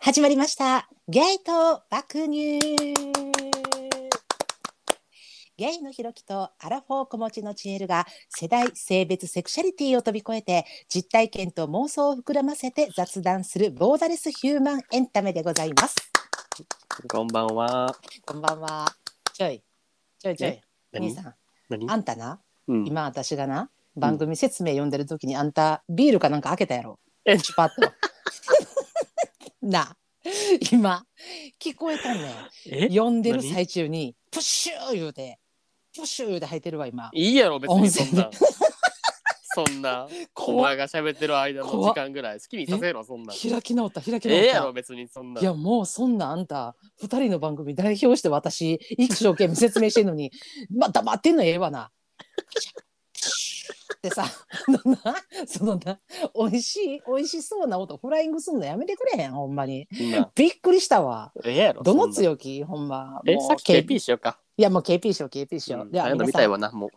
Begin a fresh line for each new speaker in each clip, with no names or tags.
始まりました。ゲイと爆乳。ゲイのひろきとアラフォー子持ちのチエルが世代、性別、セクシャリティを飛び越えて実体験と妄想を膨らませて雑談するボーダレスヒューマンエンタメでございます。
こんばんは。
こんばんは。ちょい。ちょいちょい
え。
兄
何
さん、
何
あんたな、
うん、
今私がな、番組説明読んでる時にあんたビールかなんか開けたやろ。
え
チュパッと。 なあ今、聞こえたね。
え
呼んでる最中にプッシュー言うてプッシュー言うて吐いてるわ今
いいやろ、別にそんな
温。
そんな、お
怖
前
っ
が喋ってる間の時間ぐらい好きにさせろ、そんな。
開き直った開き
え
直
え
っ
やろ、
た。
別にそんない
やもうそんなあんた二人の番組代表して私一生懸命説明してんのに まあ黙ってんのええわな。ってさ あのなそのな美味しい美味しそうな音フライングすんのやめてくれへんほんまに
今
びっくりしたわ
ええやろ。
どの
そんな
強気ほんま
え、
もう
さっき
KP
KP しようか。
いやもう KP しよう KP しよう、
うん
では
早飲
皆
み
さ
た
ん
いわな、も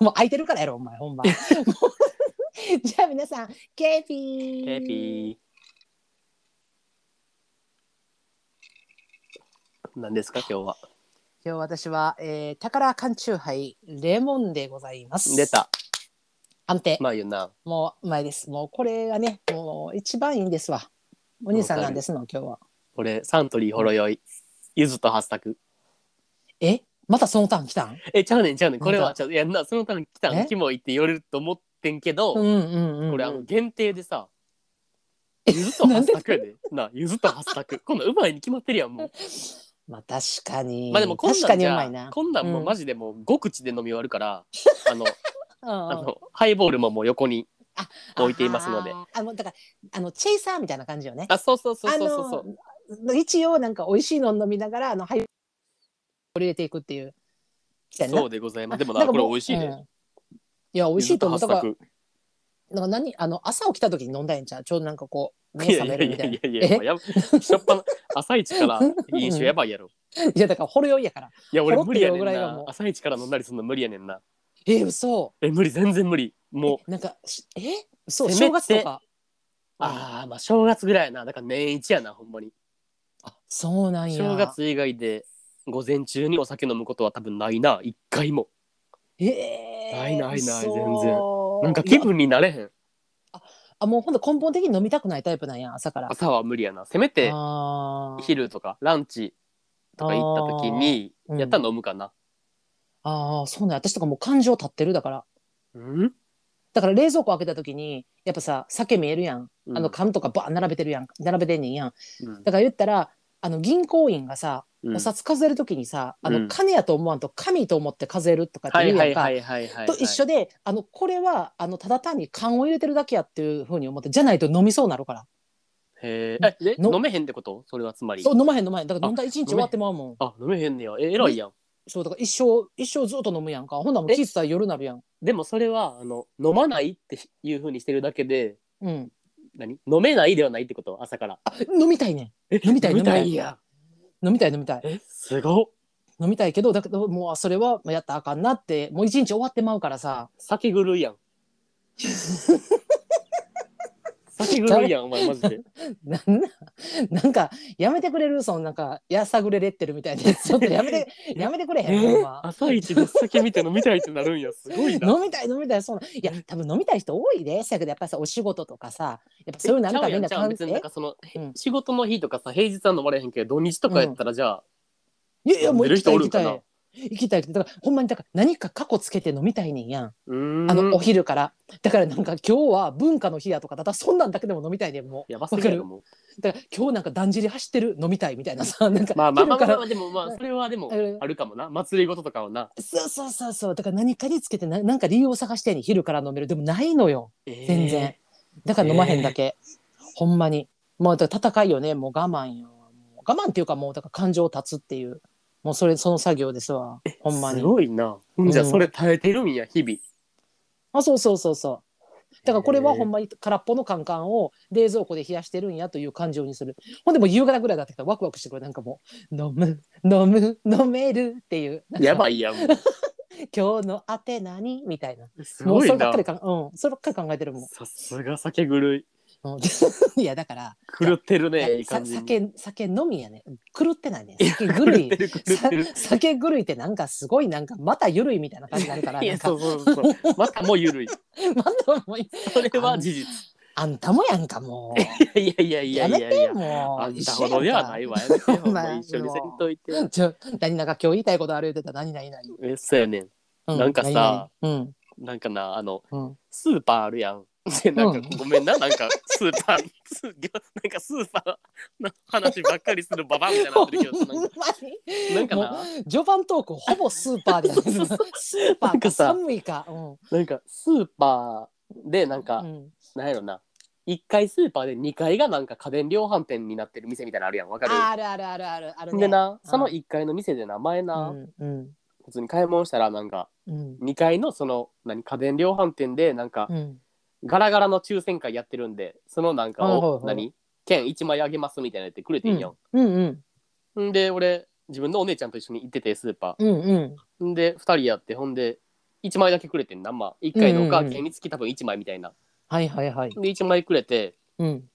う。
もう空いてるからやろ、お前、ほん ま。もう じゃあ皆さん、ケーピー。
KP。何ですか、今日は。
今日私は、えー、宝缶チューハイ、レモンでございます。
出。た。
安定。
まあ言うな。
もう、うまいです。もう、これがね、もう、一番いいんですわ。お兄さんなんですの、今日は。
俺、サントリーほろ酔い。ゆずとハッサク。
えまたそのターン来たん
え、ちゃうねん、ちゃうねん。こ
な
れ
ん
は、
だ
ちゃういやんな、そのために来た
え
ん、キモいって寄れると思ってんけど、
うんうんうん。
これあ
う
の
ん
限定でさゆずとハッサクやでなゆずとハッサクこんなんうまいに決まってるやんもう
まあ、確かに。
まあでもこんなん
確かに
じ
うまい
ゃ
な。
こんなんもうマジでもう5口で飲み終わ るから、あのあ
あ
のハイボールももう横に置いていますので
あ、もう、だから、あの、チェイサーみたいな感じよね。
あそうそうそうそうそうそう
あの一応なんか美味しいの飲みながらあのハイボールを入れていくっていう。
そうでございますでも
な
なこれ美味しい
ね
で、
いや美味しいと思う。
ゆず
だ
ハ
か
ッ
ら
サク
なんか何あの朝起きた時に飲んだんやんちゃう。ちょうどなんかこう目
いや
覚
い
め
や
る
い
みたいな。
やいやいやもうやばしょっぱな朝一から 飲酒やばいやろ
いやだからほろ酔いやから。
いや俺
ほろ
無
って酔
理
う
やね
ぐ
ん
らいがもう
な朝一から飲んだりするの無理やねんな
え嘘。
え無理全然無理もう
なんかしえそう
せめ
正
て
月とか。
ああまあ正月ぐらいやなだから年一やなほんまに
あそうなんや。
正月以外で午前中にお酒飲むことは多分ないな一回も
えー
ないないない
嘘
全然なんか気
いや
分になれへん
あもうほんと根本的に飲みたくないタイプなんや朝から。
朝は無理やなせめて
あー
昼とかランチとか行った時に
あーうん
やったら飲むかな
ああ、そうね。私とかもう感情立ってるだから。
うん、
だから冷蔵庫開けた時に、やっぱさ、酒見えるやん。あの缶とかバーン並べてるやん。並べてんねんやん。
うん
だから言ったら、あの銀行員がさ、
うん
お札数える時にさ、あ
う
の
ん
金やと思わんと神と思って数えるとかって
は
言
いうは
やん
い
か
は。いはいはい
と一緒で、あの、これは、あの、ただ単に缶を入れてるだけやっていうふうに思って、じゃないと飲みそうになるから。
へーえで
の
飲めへんってことそれはつまり
そう、飲まへん飲まへん。だから飲んだ一日終わってまうもん。
あ飲めへんねやえ偉いやん
そう、だから一生、一生ずっと飲むやんか。ほんならもう
え
気ぃついたら夜なるやん。
でもそれはあの飲まないっていうふうにしてるだけで
うん。
何飲めないではないってこと朝から
あ、飲みたいね
え
飲みたい
飲みた
飲みた
い
い
や
ん。飲みたい飲みたい。
えすごっ
飲みたいけどだけどもうそれはやったらあかんなってもう一日終わってまうからさ
酒狂 いやん。酒狂いやん、お前、マジで。
なんななんかやめてくれるそのなんかやさぐれレッテルみたいなやつちょっとやめ てやめてくれへんほんま
朝一で酒見て飲みたいってなるんや、すごい な。
飲みたい飲みたいそうないや多分飲みたい人多いでせやけどやっぱりさお仕事とかさやっぱそういうのあるからみんな
ちゃうや
感
んちゃうやん別になん
え
かその、
うん
仕事の日とかさ、平日は飲まれへんけど、土日とかやったら、じゃあ、
いやいやもう
飲んで
行
る
きた
人
い
お
行き
るん
た
かない
行きたいだからほんまにだから何か過去つけて飲みたいねんやん
うーん。
あのお昼からだからなんか今日は文化の日やとかだったらそんなんだけでも飲みたいねんもう
やばすぎる
わかる
よ、もう。
だから今日なんかだんじり走ってる飲みたいみたいな さなんか
まあまあまあ
昼から
まあまあ、でもまあ、それはでも
うん、
あるかもな。祭りごととかはな。
そうそうそうそうだから何かにつけてななんか理由を探してに昼から飲めるでもないのよ全然、だから飲まへんだけ、ほんまにもうだから戦いよねもう我慢よもう我慢っていうかもうだから感情を立つっていうもうそれその作業ですわほ
えー。
んまに
すごいな。うんじゃあ、
うん
それ耐えてるんや、日々。
あそうそうそうそうだからこれはほん
ま。
まに空っぽのカンカンを冷蔵庫で冷やしてるんやという感情にするほんでもう夕方ぐらいだってきたらワクワクしてくるなんかもう飲む飲む飲めるっていうなんか
やばいやん。も
今日のあて何みたいな
うす
もう
ご
それ
い
ばっ
な
か。りかんうんそればっかり考えてるもん
さすが酒狂い。
うん いやだから
狂ってるね、い
い
い
やさ
感じに。
酒酒飲みやね狂ってないね
いや
酒
狂
狂
っ
い
てる、狂ってる。
酒狂いってなんかすごいなんかまた緩いみたいな感じになるから
い
な
や、
んか
そうそうそう。またもう緩い。
またもう
それは事実。
あんたもやんかもう
いやいやいや
や
いや
め
いや
ても
あ
うん一
た
緒
ほ
や
ど
ん
では
か
ないわやめてよ。
ほんまや
もう一緒にせんといて。
ちょ何なんか今日言いたいことある言うてた何何何
え、そうやねん。
う
なんかさ
何
なんかな、あの、
々うん
スーパーあるやん。でなんかごめんな、なんかスー パー、すなんかスーパーの話ばっかりするババアみたいになってるけど、
ほん
なんか
まに
なんかな
もう序盤トークほぼスーパーでやるスーパ
なん
ー
か
か
さ
寒いかうん
なんかスーパーで、なんか、
うん
なんやろな。1階スーパーで2階がなんか家電量販店になってる店みたいなのあるやん、わかる
あるあるあるあるあるね
でな、
うん
その1階の店でな、前
う
な、
んうん
普通に買い物したら、なんか、
うん
2階のその、何、家電量販店で、なんか
う、ん
ガラガラの抽選会やってるんで、そのなんかを、
はいはいはい
何、券1枚あげますみたいなやってくれてんやん。
うんうん
んで、俺、自分のお姉ちゃんと一緒に行ってて、スーパ
うんうん
ー。んで、2人やって、ほんで、1枚だけくれてんな、まあ、1回のおか券につき多分1枚みたいな。
はいはいはい
で、1枚くれて、
うん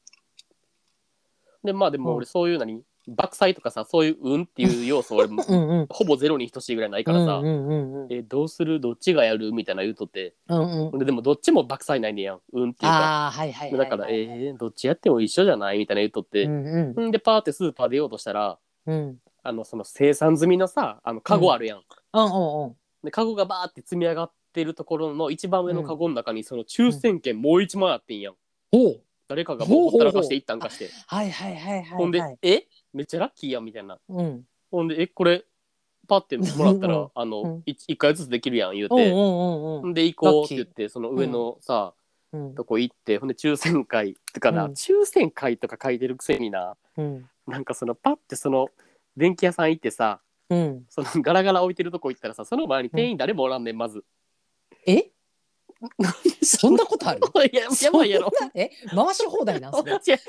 で、まあでも
う
俺、そういう何、爆災とかさ、そういう運っていう要素、俺も、
うんうん
ほぼゼロに等しいぐらいないからさ
う、んうんうんうん
え、どうするどっちがやるみたいな言うとって、
うんうん
ほんで、でもどっちも爆災ないねやん、運っていうか。
ああはいはいはいは
だ
い
から、えー、どっちやっても一緒じゃないみたいな言うとっ
う
て、
んうん
んで、パーってスーパー出ようとしたら、
うん
あの、その生産済みのさ、あの、カゴあるやん。
うんうんうん
で、カゴがバーって積み上がってるところの一番上のカゴの中に、その抽選券もう一枚あってんやん。
おう
誰かがもうほったらかして
ほうほうほう
一旦貸して。
はいはいはいはいはい
ほんで、えめっちゃラッキーやんみたいな。
うんうん
ほんで、え、これ、パってもらっ た
う
ら
ん、
あ
う
の
ん、
い一回ずつできるやん言う
うんう
て。
ん
ほんで、行こうって言って、その上のさ、
うん
とこ行って、ほんで、抽選会ってかな、
うん
抽選会とか書いてるくせにな、
うん
なんかその、パってその、電気屋さん行ってさ、
うん
そのガラガラ置いてるとこ行ったらさその前に店員誰もおらんねんまず。
え そんなことある
いややばいやろ。
そんなえ回し放題なんすね
違う違う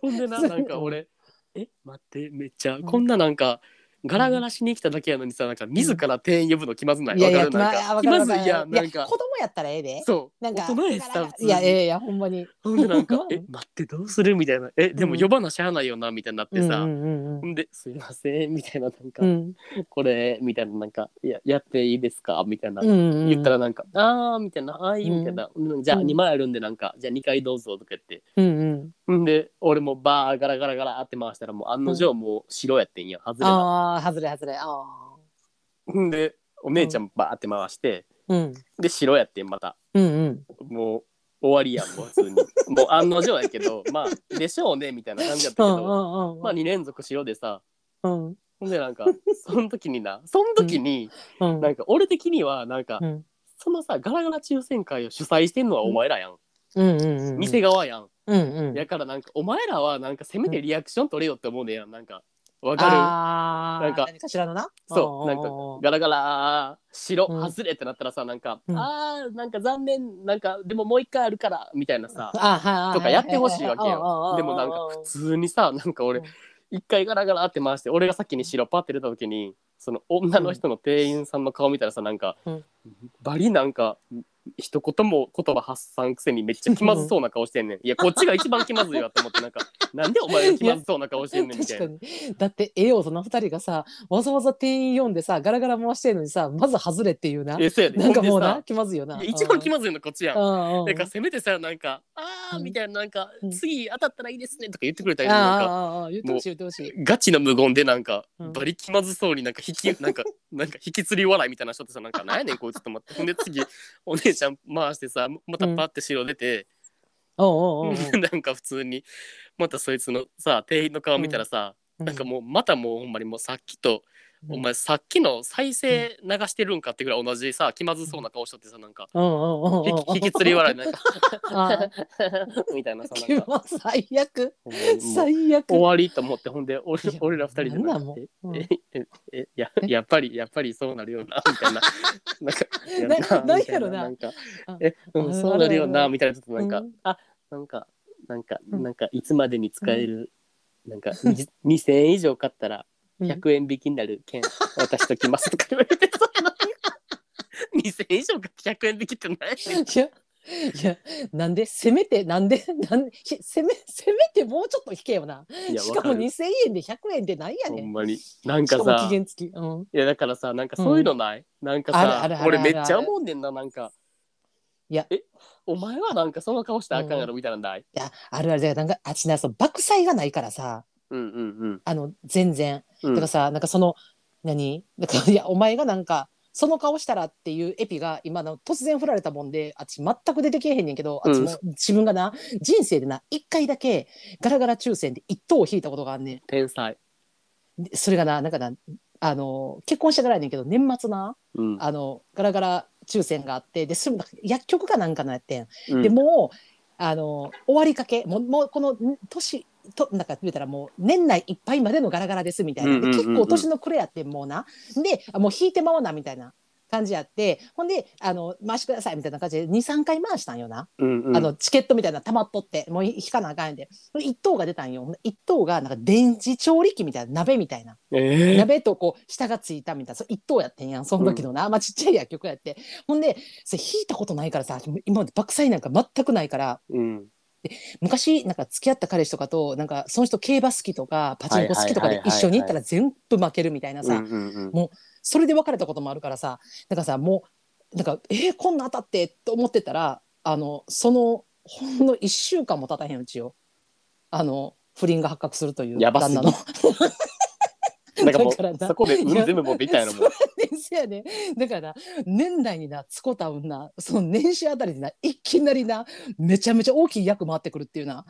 ほんでななんか俺「え待ってめっちゃこんななんかガラガラしに来ただけやのにさなんか自ら店員呼ぶの気まずない
い
わ
やいや
かるなんか
わ
気
かる
ま
わ
ず
かる
いやんなん
いや
か
子供やったらええで
そう
なん
大
か
人やしさ普通
い
に
やいやいやほんまに
ほんでな んか「え待ってどうする?」みたいな「えでも
うん
呼ばなしゃあないよな」みたいになって
うん
さ
うんうん
ほんで「すいません」みたいななんか
うん
「これ」みたいななんか「いややっていいですか?」みたいな
うんうんうん
言ったらなんか「ああ」みたいな「ああいい」みたいな「うんじゃあ
うん
2枚あるんでなんかじゃあ2回どうぞ」とか言って
うんうん
んで俺もバーガラガラガラって回したらもう案の定もう白やってんや外れた
ああ外れ外れああ
んでお姉ちゃんバーって回して
うん
で白やってんまた
うんうん
もう終わりやんもう普通にもう案の定やけ どまあでしょうねみたいな感じやった
う
け
んう
ど
んうん
まあ2連続白でさ
うん
ほんでなんかその時になその時に
うん
なんか俺的にはなんか
うん
そのさガラガラ抽選会を主催してんのはお前らやん
うんうんうん
店側やん
うんうん
やからなんかお前らはなんかせめてリアクション取れよって思うねやんなんかわか
ああ
なんか
何かしらのな
るそうなんかガラガラ白
うん
外れってなったらさなんか、
うん
あーなんか残念なんかでももう一回あるからみたいなさ
あはい
とかやってほしいわけ
よ
よでもなんか普通にさなんか俺
うん
一回ガラガラって回して俺がさっきに白パって出た時にその女の人の店員さんの顔見たらさなんか、
うん
バリなんか一言も言葉発散くせにめっちゃ気まずそうな顔してんねんいやこっちが一番気まずいわと思ってなん かなんでお前が気まずそうな顔してんねんみた
確
い
か
な。
にだってええ大人2人がさわざわざ店員読んでさガラガラ回してんのにさまず外れっていうな
えそうやで
なんかもう
ほ
なん気まずいよな
でさいや一番気
ま
まずいのこっちやん。
うんうん
なんかせめてさなんか「あー」
うん
みたいななんか
う
「
ん
次当たったらいいですね」とか言ってくれたりなんか
ああああ言ってほしい言ってほしい
ガチの無言でなんか
うん
バリ気まずそうになんか引 きなんかなんか引きつり笑いみたいな人ってさなんか「なんやねんこいつ」と思ってほんで次お姉ちゃん回して さまたパッて白出て、
おうおうおう
なんか普通にまたそいつのさ店員の顔見たらさ、
おう
なんかもうまたもうほんまにもうさっきと、
うん
お前さっきの再生流してるんかってぐらい同じさ気まずそうな顔しとってさなんか
うんうんうんうん
引き引きつり笑いなんか
あ
みたいなさ
あ
な
気
んか
まずい最悪
ほんまにもう
最悪
終わりと思ってほんで俺
いや
俺ら二人でなん
なんな
か
んもううん
えええややっぱりやっぱりそうなるよなみたいな なんか
な な
や
ん
みたい
やろな
なんか
あ
えう
あ
ん
る
そうなるよ
あるあ
な
る
みたいなちょっとなんか
うん
あなんかなんか
うん
なんかいつまでに使えるなんかに2000円以上買ったら100円引きになる券渡しと き ますとか言われてそんな2000円以上買って100円引きってない
いやいやなんでせめてなんでなんひせめせめてもうちょっと引けよない
や
し
わ
か
か
も
る
2000円で100円でないや
ほ
ねん
んまになん
し
か
かも期
さ
限付き、うん、
いやだからさなんかそういうのない、なんかさ
あるあるあるある
俺めっちゃ思うねんななんか
いや
えお前はなんかその顔したらあかんやろみたいなんだい、
いやあるあるだからなんかあちなそう爆災がないからさ
うん、うん
あの全然
う
だ
んう
か
ん
らさ、なんかその何なんかい やお前がなんかその顔したらっていうエピが今の突然振られたもんであっち全く出てけえへんねんけどあっちも自分がな、人生でな一回だけガラガラ抽選で一等を引いたことがあんねん。
天才
でそれがななんかなあの結婚したからやねんけど年末な
うん
あのガラガラ抽選があってでそれもなんか薬局かなんかのやってん、
うん
でもうあの終わりかけもうもうこのん年となんか言うたらもう年内いっぱいまでのガラガラですみたいな、
うんうんうんうん
で結構年の暮れやってんもうなであもう引いてまおうなみたいな感じやってほんであの回してくださいみたいな感じで23回回したんよな。
うんうん
あのチケットみたいなの溜まっとってもう引かなあかんやんで1等が出たんよ1等がなんか電磁調理器みたいな鍋みたいな
えー、
鍋とこう下がついたみたいなそう1等やってんやんその時のな、まあちっちゃい薬局やってほんでそれ引いたことないからさ今まで爆災なんか全くないから
うん
昔なんか付き合った彼氏とかとなんかその人競馬好きとかパチンコ好きとか
は
で
いはいはいはい
一
はい
緒に行ったら全部負けるみたいなさ、
うんうんうん
それで別れたこともあるからさなんかさもうなんかえー、こんな当たってと思ってたらあのそのほんの1週間も経たへんうちよあの不倫が発覚するという
やばす
旦
ぎ
那の
なんかも
だから
う
な
そこで運全部持っていったんや ろもう
年やねだから年内になつこたんなその年始あたりでないきなりなめちゃめちゃ大きい役回ってくるっていうな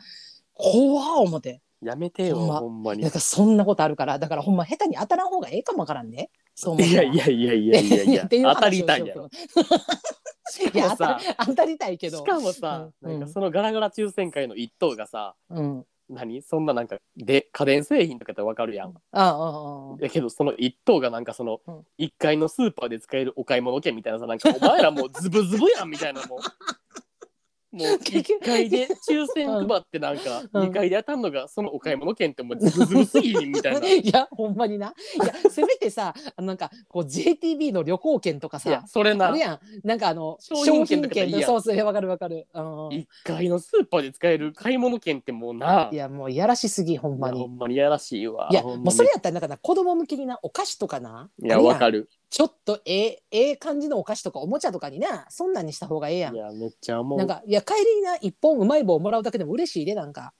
怖っ思って
やめてよ
ほんま
ほんまに
なんかそんなことあるからだからほんま下手に当たらん方がええかもわからんねそう思っ
い
た
や
ら
いやいやいやいやいや
って いう話を
当たりたいんやろ
しようと思って いや当た
さ
り当たりたいけ
し
ど、
かもさ、
うん
なんかそのガラガラ抽選会の一等がさ
うん、
何そんななんかで家電製品とかってわかるやん
ああああ
だけどその一等がなんかその
うん
1階のスーパーで使えるお買い物券みたいなさなんかお前らもうズブズブやんみたいな もうもう
結
1
局
階で抽選配ってなんか
うん
2階で当たんのがそのお買い物券ってもうズブズブすぎひんみたいない
いやほんまにないやせめてさあのなんかこう JTB の旅行券とか
や
さ
それ
あ
な
るやんなんかあの
商
商
品
品
券
券
と
と
かやったらいいやん
そうそういやわかるわかる、うん、
1階のスーパーで使える買い物券ってもうない
やもういやらしすぎほんま
いやほ
に
んまにやらしいわ
いや
ほんまに
もうそれやったらなんかな子供向けになお菓子とかないあ
や
るん
わかる
ちょっとええええ感じのお菓子とかおもちゃとかになそんなんにした方がええやん
いやめっちゃ思う
なんかいや帰りにな一本うまい棒もらうだけでも嬉しいでなんか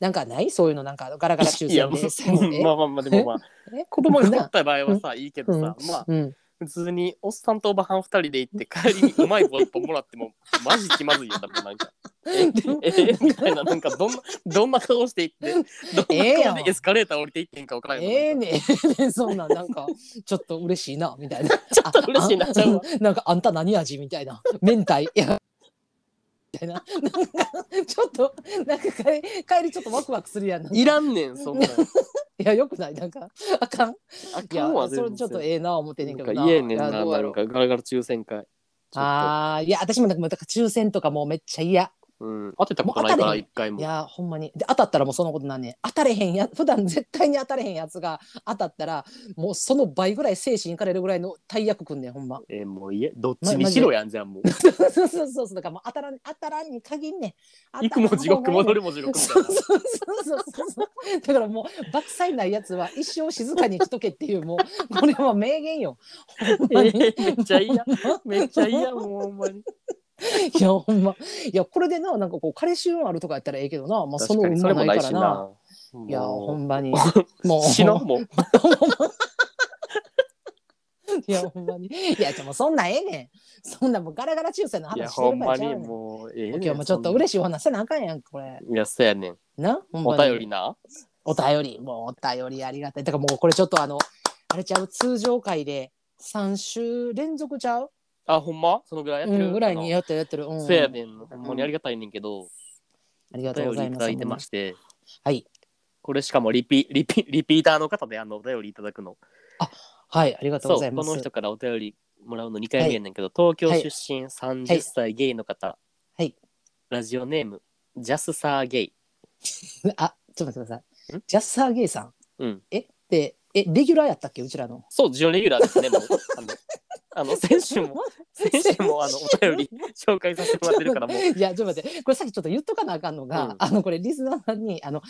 なんかないそういうのなんかガラガラ抽
い
選
やもう
でそう
まあまあまあでもま あ
え
子供がお った場合はさいいけどさ、まあ
えうん
普通におっさんとおばはん二人で行って帰りにうまい棒一本もらってもマジ気まずいよ多分なん か
でも
ええみたいななんかどんなどんな顔していってどんな
ええや
顔
ん
でエスカレーター降りていってんか分からんよ
ええね えそんなんなんかちょっと嬉しいなみたいな
ちょっと嬉しいなっちゃうわ
あんなんかあんた何味みたいな明太 いやみたいななんかちょっとなんか帰り帰りちょっとワクワクするやんなんか
いらんねんそんな
い
ん
やよくないなんかあかん
あ
い
か
や
んわ
それちょっとええな思ってんね
全
んけ
然
どな
なんか言えねん
いや
な
どうや
な
ろ
ん
う
かガラガラ抽選会ちょっと
ああいや私もなんかもうだから抽選とかもうめっちゃ嫌
うん、当てたことないか
もう当た
ら
れへん
一回も
いやーほんまにで当たったらもうそのことなんねん当たれへんや普段絶対に当たれへんやつが当たったらもうその倍ぐらい精神いかれるぐらいの大役くんねんほんま
えもういえどっちにしろやんじゃんもう
そうそうそうそうだからもう当たらん当たらんに限んねん
行くも地獄戻
る
るも地獄み た
そ
いうな
そうそうそうそうだからもう爆災ないやつは一生静かにしとけっていうもう これは名言よほんまに、
え ーめっちゃ嫌めっちゃ嫌もうほんまに
いやほんまいやこれでななんかこう彼氏運あるとかやったらええけどな、まあ、その運もないからな
もう
いやほん まにもう
死のう もう
いやほんまにいやでもそんなんええねんそんなもうガラガラ抽選の
いや
話して
ほ
る
ん
場合
ま
ちゃう
に
ねん
もうええ
今日もちょっと嬉しいお話せなあかんやんこれ
いいやそうやねん
なほんま
お
に
便りな
お便りもうお便りありがたいだからもうこれちょっとあのあれちゃう通常回で3週連続ちゃう、
あほんまそのぐらいやっ
う
てる
ん、ぐらいに
や
やってるやってる、うん、
そうやねんほんまにありがたいねんけど
ありが
お
とう
便
ござ
り
い
いた
ます
だいてまして
はい
これしかもリピリピリピーターの方であのお便りいただくの
はいありがとう
そ
ございう
こ
ます
の人からお便りもらうの2回目やねんけど東京出身30歳ゲイの方
はい
ラジオネームジャスサーゲイ
あちょっと待ってくださ
ん
いジャスサーゲイさん
うん
えでえレギュラーやったっけうちらの
そう、準レギュラーですね、もう。あのあの先週 も先週もあのお便り紹介させてもらってるからもう
いやちょっと待ってこれさっきちょっと言っとかなあかんのが、
うん
あのこれリスナーさんにあの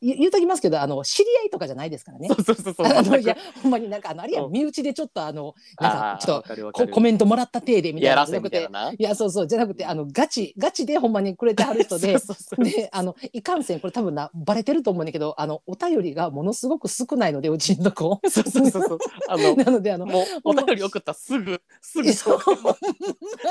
言言うときますけどあの知り合いとかじゃないですからね。
そうそうそうそう。
あの
全
い
く
やほんまになんかあのあれや
うん
身内でちょっとあのな
あ
んか
ー
ちょ
わ
っ
かるわ
と
か
こ
る
コメントもらった体でみたい
や
な
ら
じゃ
せ
なく
みたい
て
なな。
いやそうそうじゃなくてあのガチガチでほんまにくれてはる人 で
そうそうそう
であのいかんせんこれ多分なバレてると思うんだけどあのお便りがものすごく少ないのでうちのとこ
そうそうそうそう。あ の
なのであの
もうお便り送ったらすぐすぐ
そう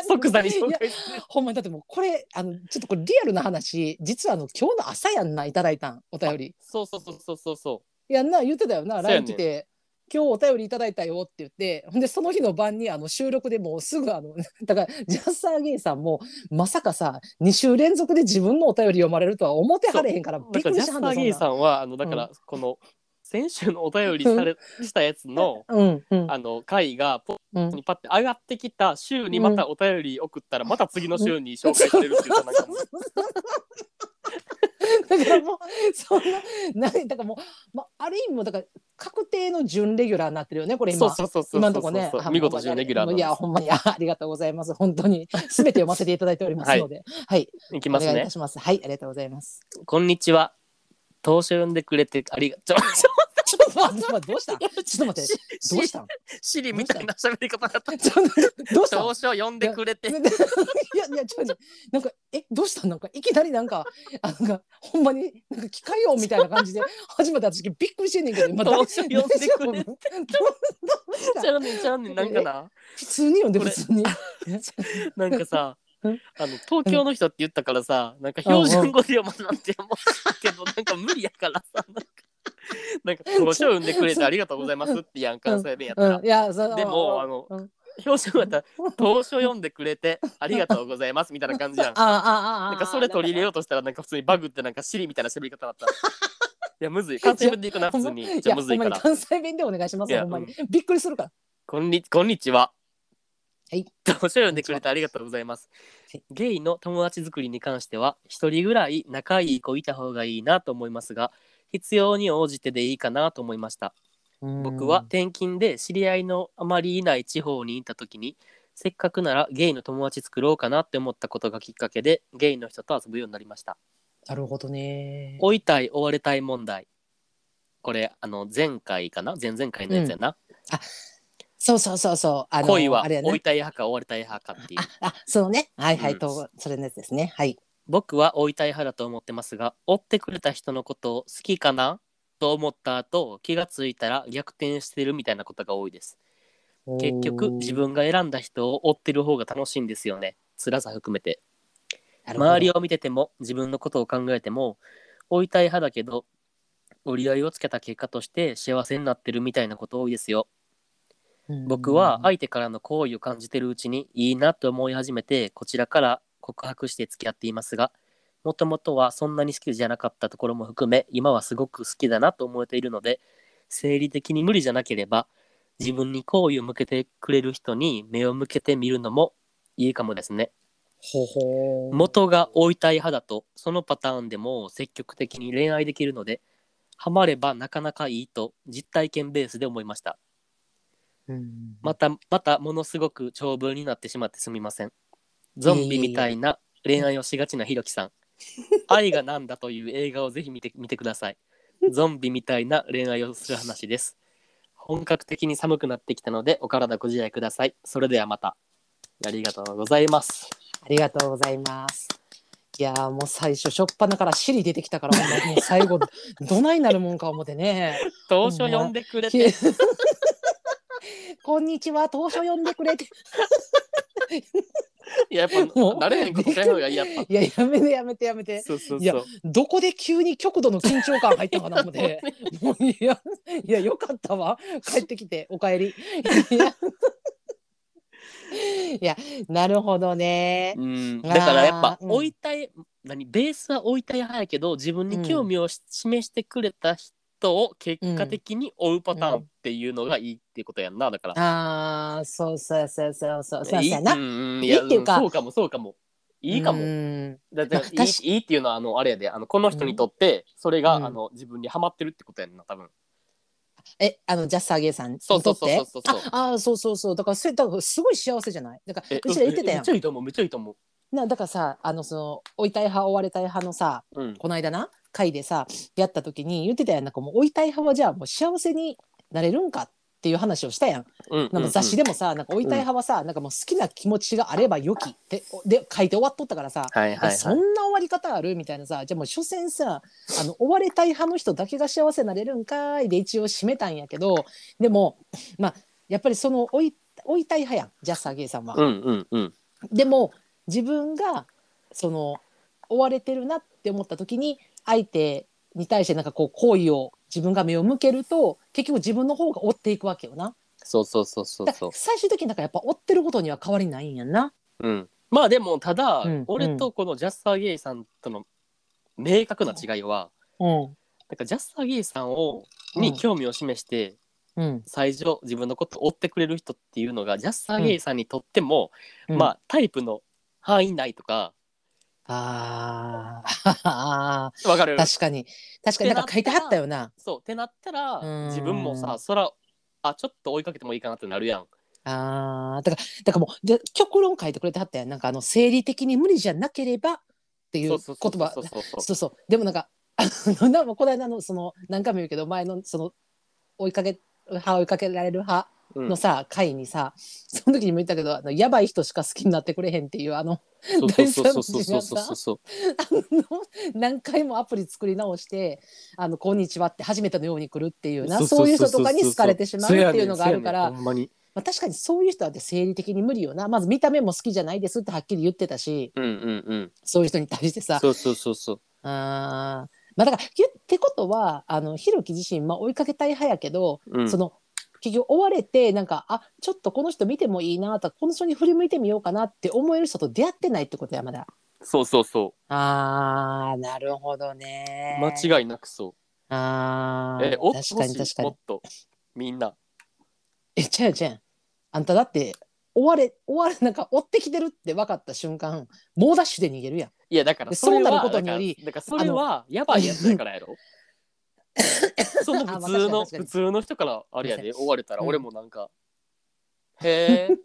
即座に
い
紹
や
介する。
ほんまにだってもうこれあのちょっとこれリアルな話実はあの今日の朝やんないただいたんお便り
そうそうそうそうそうそ
やんな言ってたよな
そうや
LINE
ね
来て。今日お便りいただいたよって言ってほんでその日の晩にあの収録でもうすぐあの だからジャスター・ゲイさんもまさかさ2週連続で自分のお便り読まれるとは思ってはれへんから
う。
び
だ
っく
から
り
ジャ
しは
ス
ん
タ
だ
ーゲイさんはあのだからこの先週のお便りされしたやつの
そんなんうんうん
あの回がポッ
うん
トにパって上がってきた週にまたお便り送ったらまた次の週に紹介してるっていうさなんか もう
だからもうそんなないだからもう、ま、ある意味もうだから確定の準レギュラーになってるよねこれ
そう
今
そうそうそう
今のとこね
そうそう
あ
見事準レギュラー
もうん
な
い
で
やほんまにあありがとうございます本当にすべて読ませていただいておりますのではい、
すいきます
お願いい
ね
たしますはいありがとうございます
こんにちは投書読んでくれてありがとう
ちょっと待ってちょっと待ってどうしたちょっと待ってどうしたん
シリみたいな喋り方だった。
ちょっとどうしたん
投書読んでくれて
い。やいやちょっとなんかえどうしたんなんかいきなりなんかあなんかほんまになんか機械音みたいな感じで初めて私びっくりしてんねんけど今
どう
大
しよう呼んでくれ
大丈夫どうどうした
ちゃうねんちゃうねんなんかな。
普通に読んで
こ
普
れ
通 に
なんかさ。
う
あの
ん
東京の人って言ったからさ、なんか
うんうん
標準語で読まなんて思うけど、なんか無理 やからさ、なんか、なんか、投書読んでくれてありがとうございますってやん、関西弁やった
う
ら
ん。いやそ
でもあの
うん
標準語やったら、投書読んでくれてありがとうございますみたいな感じやん。
あああああ
なんかそれ取り入れようとしたら、なんか普通にバグってなんかシリみたいな喋り方だった。い や、むずい。関西弁でいくな、
ほ
普
んま
通
いや
に。じゃあむずいか
ほんま
ら
に。関西弁でお願いしま
い
す
や
ほんまに
うん
びっくりするから
こんにこんにちは。
はい。
投書読んでくれてありがとうございます
はい。
ゲイの友達作りに関しては、一人ぐらい仲いい子いた方がいいなと思いますが、必要に応じてでいいかなと思いました。僕は転勤で知り合いのあまりいない地方にいた時に、せっかくならゲイの友達作ろうかなって思ったことがきっかけで、ゲイの人と遊ぶようになりました。
なるほどね
追いたい追われたい問題。これ、あの、前回かな前々回のやつやな。
そうそうそうそうあの
恋は
あれや
追
ね
いたい派か追われたい派かっていう
あ。あそうねはいは
う
い
ん
とそれのやつですねはい
僕は追いたい派だと思ってますが追ってくれた人のことを好きかなと思った後気がついたら逆転してるみたいなことが多いです結局自分が選んだ人を追ってる方が楽しいんですよね辛さ含めて周り
を
を見てても自分のことを考えても追いたい派だけど折り合いをつけた結果として幸せになってるみたいなこと多いですよ僕は相手からの好意を感じてるうちにいいなと思い始めてこちらから告白して付き合っていますがもともとはそんなに好きじゃなかったところも含め今はすごく好きだなと思えているので生理的に無理じゃなければ自分に好意を向けてくれる人に目を向けてみるのもいいかもですね
ほほー
元が追いたい派だとそのパターンでも積極的に恋愛できるのでハマればなかなかいいと実体験ベースで思いました
うん
またまたものすごく長文になってしまってすみませんゾンビみたいな恋愛をしがちなひろきさん「愛がなんだ」という映画をぜひ見て見てくださいゾンビみたいな恋愛をする話です本格的に寒くなってきたのでお体ご自愛くださいそれではまたありがとうござい ます
ありがとうございますいやーもう最初初っ端から尻出てきたからほんまもう最後 どないなるもんか思ってね
当初読んでくれ
ひ
て
こんにちは当初呼んでくれて
いややっぱ
もう
慣れへんことない方がいいやっぱ
いややめてやめてやめて
そうそう
いや
そう
どこで急に極度の緊張感入ったのかなと思っ
いや
てもういやいやよかったわ帰ってきてお帰 りいやいやなるほどね
うん、
あ
だ
ー
からやっぱ
うん
置いたい、何ベースは置いたい派やけど自分に興味をし、示してくれた人を結果的に追うパターンっていうのがいいっていうことやんなだから、
ああそうそうそうそうそうそう
いい
やな
うんうん
いいっていうか
んそうかもそうかもいいかも、
うん
だって
まあ
い
確か
いいいっていうのはあのあれやであのこの人にとってそれが、
うん
あの自分にはまってるってことやんな多分
えあのジャスサーゲイさんにと
そ
っ
う
て
そうそうそうそうそう
ああそうそうそうだからそれだからすごい幸せじゃないだから
え
うちら言ってた
め
や
っちゃいいと思うめっちゃいいと思
んなだからさあのその追いたい派追われたい派のさ
ううん
この間な会でさやった時に言ってたやんなんかもう追いたい派はじゃあもう幸せになれるんかっていう話をしたやん
うん
なんか雑誌
で
でもさなんか追いたい派はさ、なんかもう好きな気持ちがあれば良きってで書いて終わっとったからさ、
はいはいはい
えそんな終わり方あるみたいなさじゃあもう所詮さあの追われたい派の人だけが幸せになれるんかいで一応締めたんやけどでもまあやっぱりその追い追いたい派やんジャス・アゲイさんは。
うんうんうん
でも自分がその追われてるなって思った時に相手に対してなんかこう好意を自分が目を向けると結局自分の方が追っていくわけよな。
そうそうそうそう
だ
そう
最終的になんかやっぱ追ってることには変わりないんやんな。
うん、まあでもただ、
うん
俺とこのジャスター・ゲイさんとの明確な違いは、
うん。
なんかジャスター・ゲイさんを
うん
に興味を示して
うん。
最初自分のことを追ってくれる人っていうのがジャスター・ゲイさんにとっても、
うん
まあタイプの範囲内とか
あーあ
わか
ー。
る
確かに。確かになんか書いてはったよな。
そうってなったら
うん
自分もさそらあちょっと追いかけてもいいかなってなるやん
ああ。だから、だからもう、で極論書いてくれてはったやん。なんかあの、生理的に無理じゃなければっていう言
そうそう
葉
そう。そうそう
そうそう。でもなんか、あの、なんかこの間の、その、何回も言うけど、前の、その、追いかけ、派追いかけられる派
うん
のさ、会にさ、その時にも言ったけど、あのやばい人しか好きになってくれへんっていう、あの、
そうそうそ
大惨
うそうそう
事になった
そう
あの何回もアプリ作り直して「あのこんにちは」って初めてのように来るっていうなそういう人とかに好かれてしまうっていうのがあるから、
そうやねんそうやねんほんまに
まあ、確かにそういう人は生理的に無理よなまず見た目も好きじゃないですってはっきり言ってたし
うんうんうん
そういう人に対してさ
そうそうそうそう
あーまあだからゆってことはあのひろき自身、まあ、追いかけたい派やけど、
うん
その結局追われてなんかあちょっとこの人見てもいいなとかこの人に振り向いてみようかなって思える人と出会ってないってことやまだ。
そうそうそ
あーなるほど
う
ね。
間違いなくそう
ああ、
えお
確かに
もし
確か
も
に
っ。とみんな
え、ちゃうやんちゃうやん。あんただって、追われ、追われ、なんか追ってきてるって分かった瞬間、猛ダッシュで逃げるやん。
いやだから
で
それは
そうなることにより
だからだからそれはやばいやつだからや ろそんな普通
あま
の
あ確かに確かに
普通の人からあれやで追われたら
うん
俺もなんか、へえ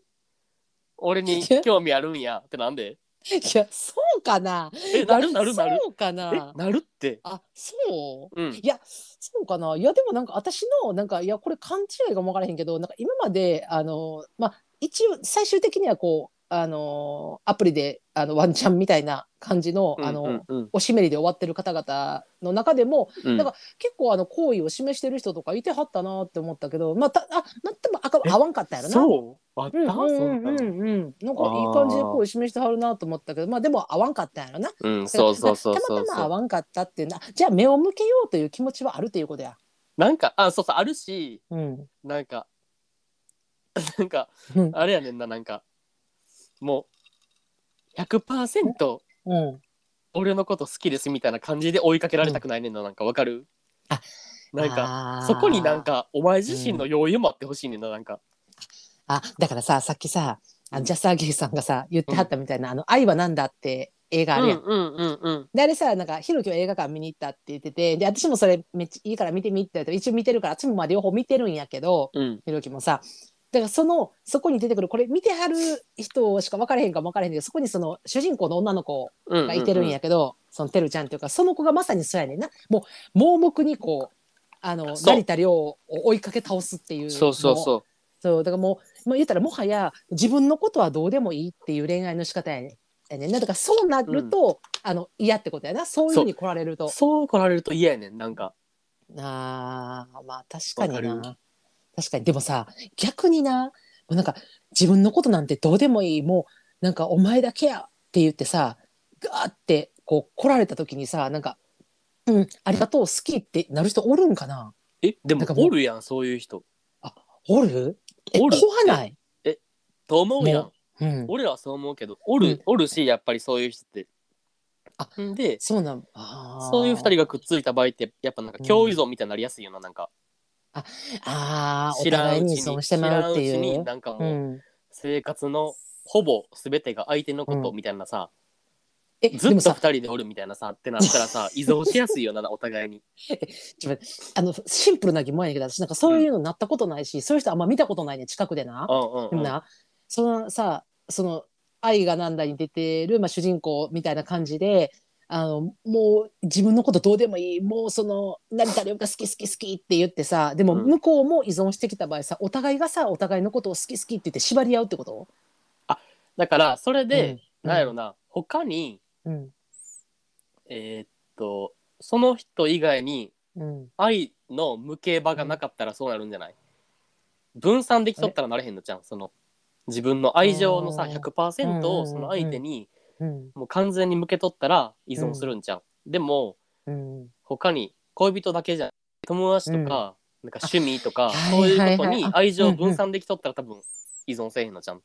俺に興味あるんやってなんで
いや、そうかな。
えなるなるなる
そうか
え
な。
なるって
あ、そう
うん
いや、そうかな。いや、でもなんか私の、なんか、いや、これ勘違いがも分からへんけど、なんか今まで、あの、まあ、一応、最終的にはこう、あの、アプリで、あの、ワンチャンみたいな感じの、あの、
うんうん
おしめりで終わってる方々の中でも、
うん
だから結構あの好意を示してる人とかいてはったなって思ったけど、まあ、たあなってもあか
え
合わんかったやろな。
そうあった、
うんう
そ
んうん
な
うん
の
うん、なんかいい感じで好意示してはるなと思ったけどまあでも合わんかったんやろな
うんそうそうそう
た
そ
ま
う
たま
そ
合
う
わんかったっていうなじゃあ目を向けようという気持ちはあるということや、
なんかあそうそうあるし
うん
なんか なんか
うん
あれやねんななんかもう100%
うん、
俺のこと好きですみたいな感じで追いかけられたくないねんな、なんかわかる
あ
なんか
あー
そこになんかお前自身の余裕もあってほしいねんななんか
あだからささっきさあのジャス・アゲイさんがさ言ってはったみたいな「あの愛はなんだ?」って映画あるやん、
うんうんうん
であれさなんかひろきは映画館見に行ったって言っててで私もそれめっちゃいいから見てみって言われて一応見てるから私もまあ両方見てるんやけど
うんうん
ひろきもさだからそのそこに出てくるこれ見てはる人しか分からへんかも分からへんけどそこにその主人公の女の子
うんうん
がいてるんやけど、そのてるちゃんっていうかその子がまさにそうやねんなもう盲目にこうあの
そう
成田凌を追いかけ倒すっていう
そうそう
もう
そ
そうだからもう、まあ、言ったらもはや自分のことはどうでもいいっていう恋愛の仕方やねんやねんなだからそうなると、あの嫌ってことやなそういうふうに来られる
う
と
そう来られると嫌やねんなんか
あーまあ確かに
わか
な確かにでもさ逆になもうなんか自分のことなんてどうでもいいもうなんかお前だけやって言ってさガーってこう来られた時にさなんか「うんありがとう好き」ってなる人おるんかな
えでも
なんかもう
おるやんそういう人
おるえ
おる
怖ない、
と思うやん
もうん、
俺らはそう思うけどおる、
うん
おるしやっぱりそういう人って
あ
んで
そうなんあー
そういう二人がくっついた場合ってやっぱなんか共依存みたいになりやすいよななんか
あーお
知ら
互
ん
いうに
ちに
依存し
知
てま
ら
うんっ
う
てい
ちに
う。
なんか
う
もうん生活のほぼ全てが相手のことみたいなさ、
え
ずっ
で
と
も
二
さ
人でおるみたいなさってなった らさ依存しやすいよなお互いに
あのシンプルな疑問やけど私なんかそういうのなったことないし、そういう人あんま見たことないね近くでな
う。んうん
でもなそのさその「愛がなんだ」に出てる、まあ、主人公みたいな感じであのもう自分のことどうでもいいもうその成田凌が好き好き好きって言ってさでも
うん
向こうも依存してきた場合さお互いがさお互いのことを好き好きって言って縛り合うってこと
だからそれで、
うん
なんやろな他に
うん
えーっとその人以外に
うん
愛の向け場がなかったらそうなるんじゃない、分散できとったらなれへんのじゃんその自分の愛情のさ
あー
100%
うんうんうんう
を
ん
その相手に
うん
もう完全に向けとったら依存するんじゃん、でも
うん
他に恋人だけじゃん友達とか、なんか趣味と
は
か、
い
そうい
は
う
い
こと
はい
に
あ
愛情を分散できとったら多分依存せえへんのじゃん、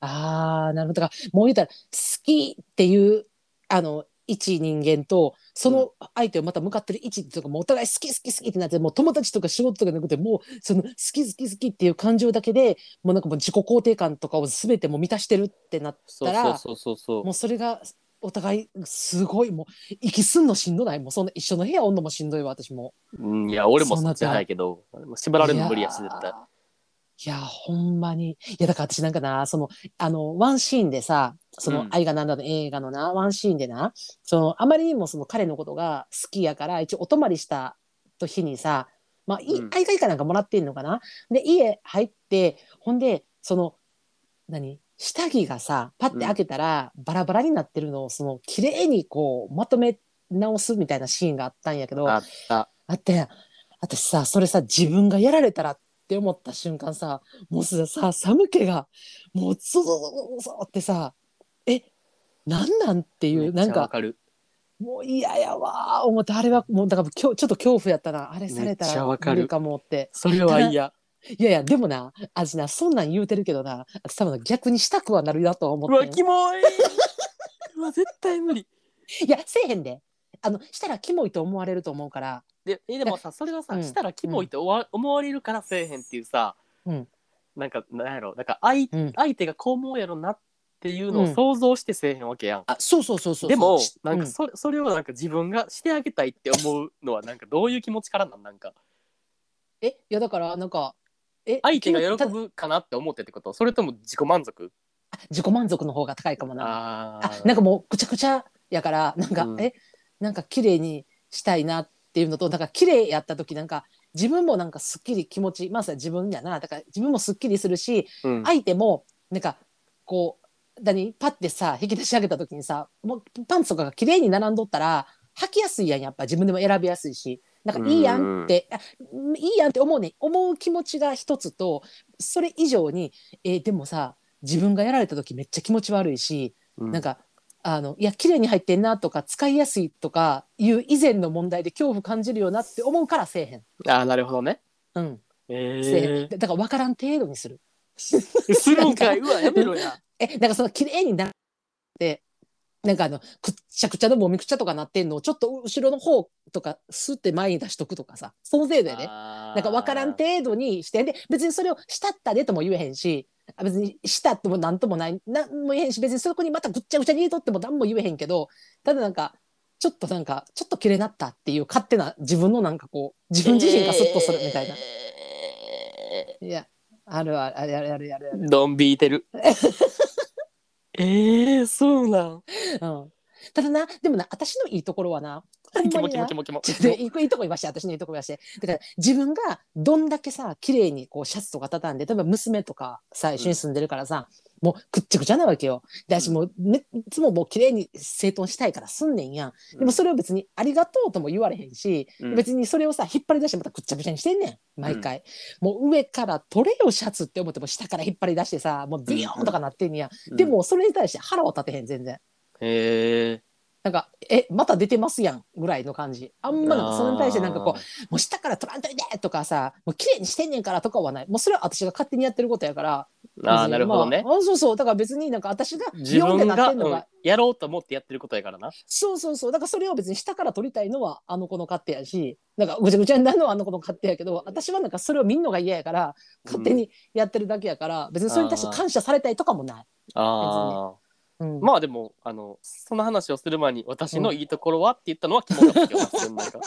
あーなるほどだからもう言ったら好きっていうあの一人間とその相手をまた向かってる位置とかもうお互い好き好き好きってなってもう友達とか仕事とかじゃなくてもうその好き好き好きっていう感情だけでもうなんかもう自己肯定感とかを全てもう満たしてるってなった
そう
ら
そうそうそうそう
もうそれがお互いすごいもう息すんのしんどないもうそんな一緒の部屋おんのもしんどいわ私も。
うんいや俺
そう
もそ
な
っ
っ
ち
たら
ないけど縛られるの無理やし絶対
いやーほんまにいやだから私なんかなそのあのワンシーンでさその
うん
「愛がなんだ」の映画のな、ワンシーンでなそのあまりにもその彼のことが好きやから一応お泊まりした日にさ、まあ、い
うん
愛がいかなんかもらってんのかな、で家入ってほんでその何下着がさパッて開けたら、バラバラになってるのをその綺麗にこうまとめ直すみたいなシーンがあったんやけど
あった
あったやん私さそれさ自分がやられたらって思った瞬間さもうささ寒気がもうゾゾゾゾゾってさえなんなんってい
め
う
っち
な
ゃ
ん
わ
か
かる
もう嫌やわー思ってあれはもうだからきょちょっと恐怖やったなあれされた
めっちゃ
ら
わかる
無理かもって
それは嫌
いやいやでもなあじなそんなん言うてるけどな私多分逆にしたくはなるなとは思
う
って
わ
ん
キ モいうわ絶対無理
いやせえへんであのしたらキモいと思われると思うから
でえでもさそれはさ、
うん
したらキモいって思わ思われるからせえへんっていうさ、
うん
なんかなんやろなんか相,、
うん
相手がこう思うやろなっていうの
う
を
ん
想像してせえへんわけやん、
あそうそうそうそうそう
でも
し
なん
う
かそ,、それをなんか自分がしてあげたいって思うのはなんかどういう気持ちからなんなんか
えいやだからなんかえ
相手
君
が
た
喜ぶかなって思ってってことそれとも自己満足
自己満足の方が高いかもな
あ
あ
ー
なんかもうくちゃくちゃやからなんか、
うん
えなんか綺麗にしたいなっていうのとなんか綺麗やった時なんか自分もなんかすっきり気持ちまあそれは自分やなだから自分もすっきりするし
うん
相手もなんかこう何パッてさ引き出し上げた時にさもうパンツとかが綺麗に並んどったら履きやすいやんやっぱ自分でも選びやすいしなんかいいやんってあいいやんって思うね思う気持ちが一つとそれ以上に、えーでもさ自分がやられた時めっちゃ気持ち悪いし、
うん
なんかあのいや綺麗に入ってんなとか使いやすいとかいう以前の問題で恐怖感じるよなって思うからせえへん。
あーなるほどね
うん、
え
せえへん
ー、
だだから分からん程度にする。
するんかいうわやめろや
えなん かその綺麗になってなんかあのくっちゃくちゃのもみくちゃとかなってんのをちょっと後ろの方とかスって前に出しとくとかさその程度やで、
な
なんか分からん程度にしてで別にそれをしたったでとも言えへんしあ別にしたっても何ともない何も言えへんし別にそこにまたぐっちゃぐちゃに入れとっても何も言えへんけどただなんかちょっとなんかちょっと綺麗になったっていう勝手な自分のなんかこう自分自身がスッとするみたいな、
え
いやあるあるあるあるあるある
ードン引いて るえー、そうなん
うんただなでもな私のいいところはなほん
キ
ま
モ
に
キ
な
モキモキモ
ちょっといいいいとこ言いまして私のいいとこ言いましてだから自分がどんだけさ綺麗にこうシャツとか畳んで例えば娘とかさ一緒に住んでるからさ、もうくっちゃくちゃなわけよだし、
うん
もうねいつももう綺麗に整頓したいからすんねんやんでもそれを別に「ありがとう」とも言われへんし、
うん
別にそれをさ引っ張り出してまたくっちゃくちゃにしてんねん毎回、もう上から取れよシャツって思っても下から引っ張り出してさもうビヨーンとかなってんねや、
うん
でもそれに対して腹を立てへん全然。
へえ
なんか「えまた出てますやん」ぐらいの感じあんまなんかそれに対してなんかこ
あー
う「もう下から取らんといて!」とかさ「もう綺麗にしてんねんから」とかはないもうそれは私が勝手にやってることやから
あ
別
ー
に
なるほどね、
まああそうそうだから別になんか私が
自
ビヨンって
分
なっ
が、
てんのが
うんやろうと思ってやってることやからな
そうそうそうだからそれを別に下から取りたいのはあの子の勝手やしなんかぐちゃぐちゃになるのはあの子の勝手やけど私はなんかそれを見んのが嫌やから勝手にやってるだけやから、別にそれに対して感謝されたいとかもない。
ああ
うん
まあでもあのその話をする前に私のいいところはって言ったのはキモかったけどな、自分の中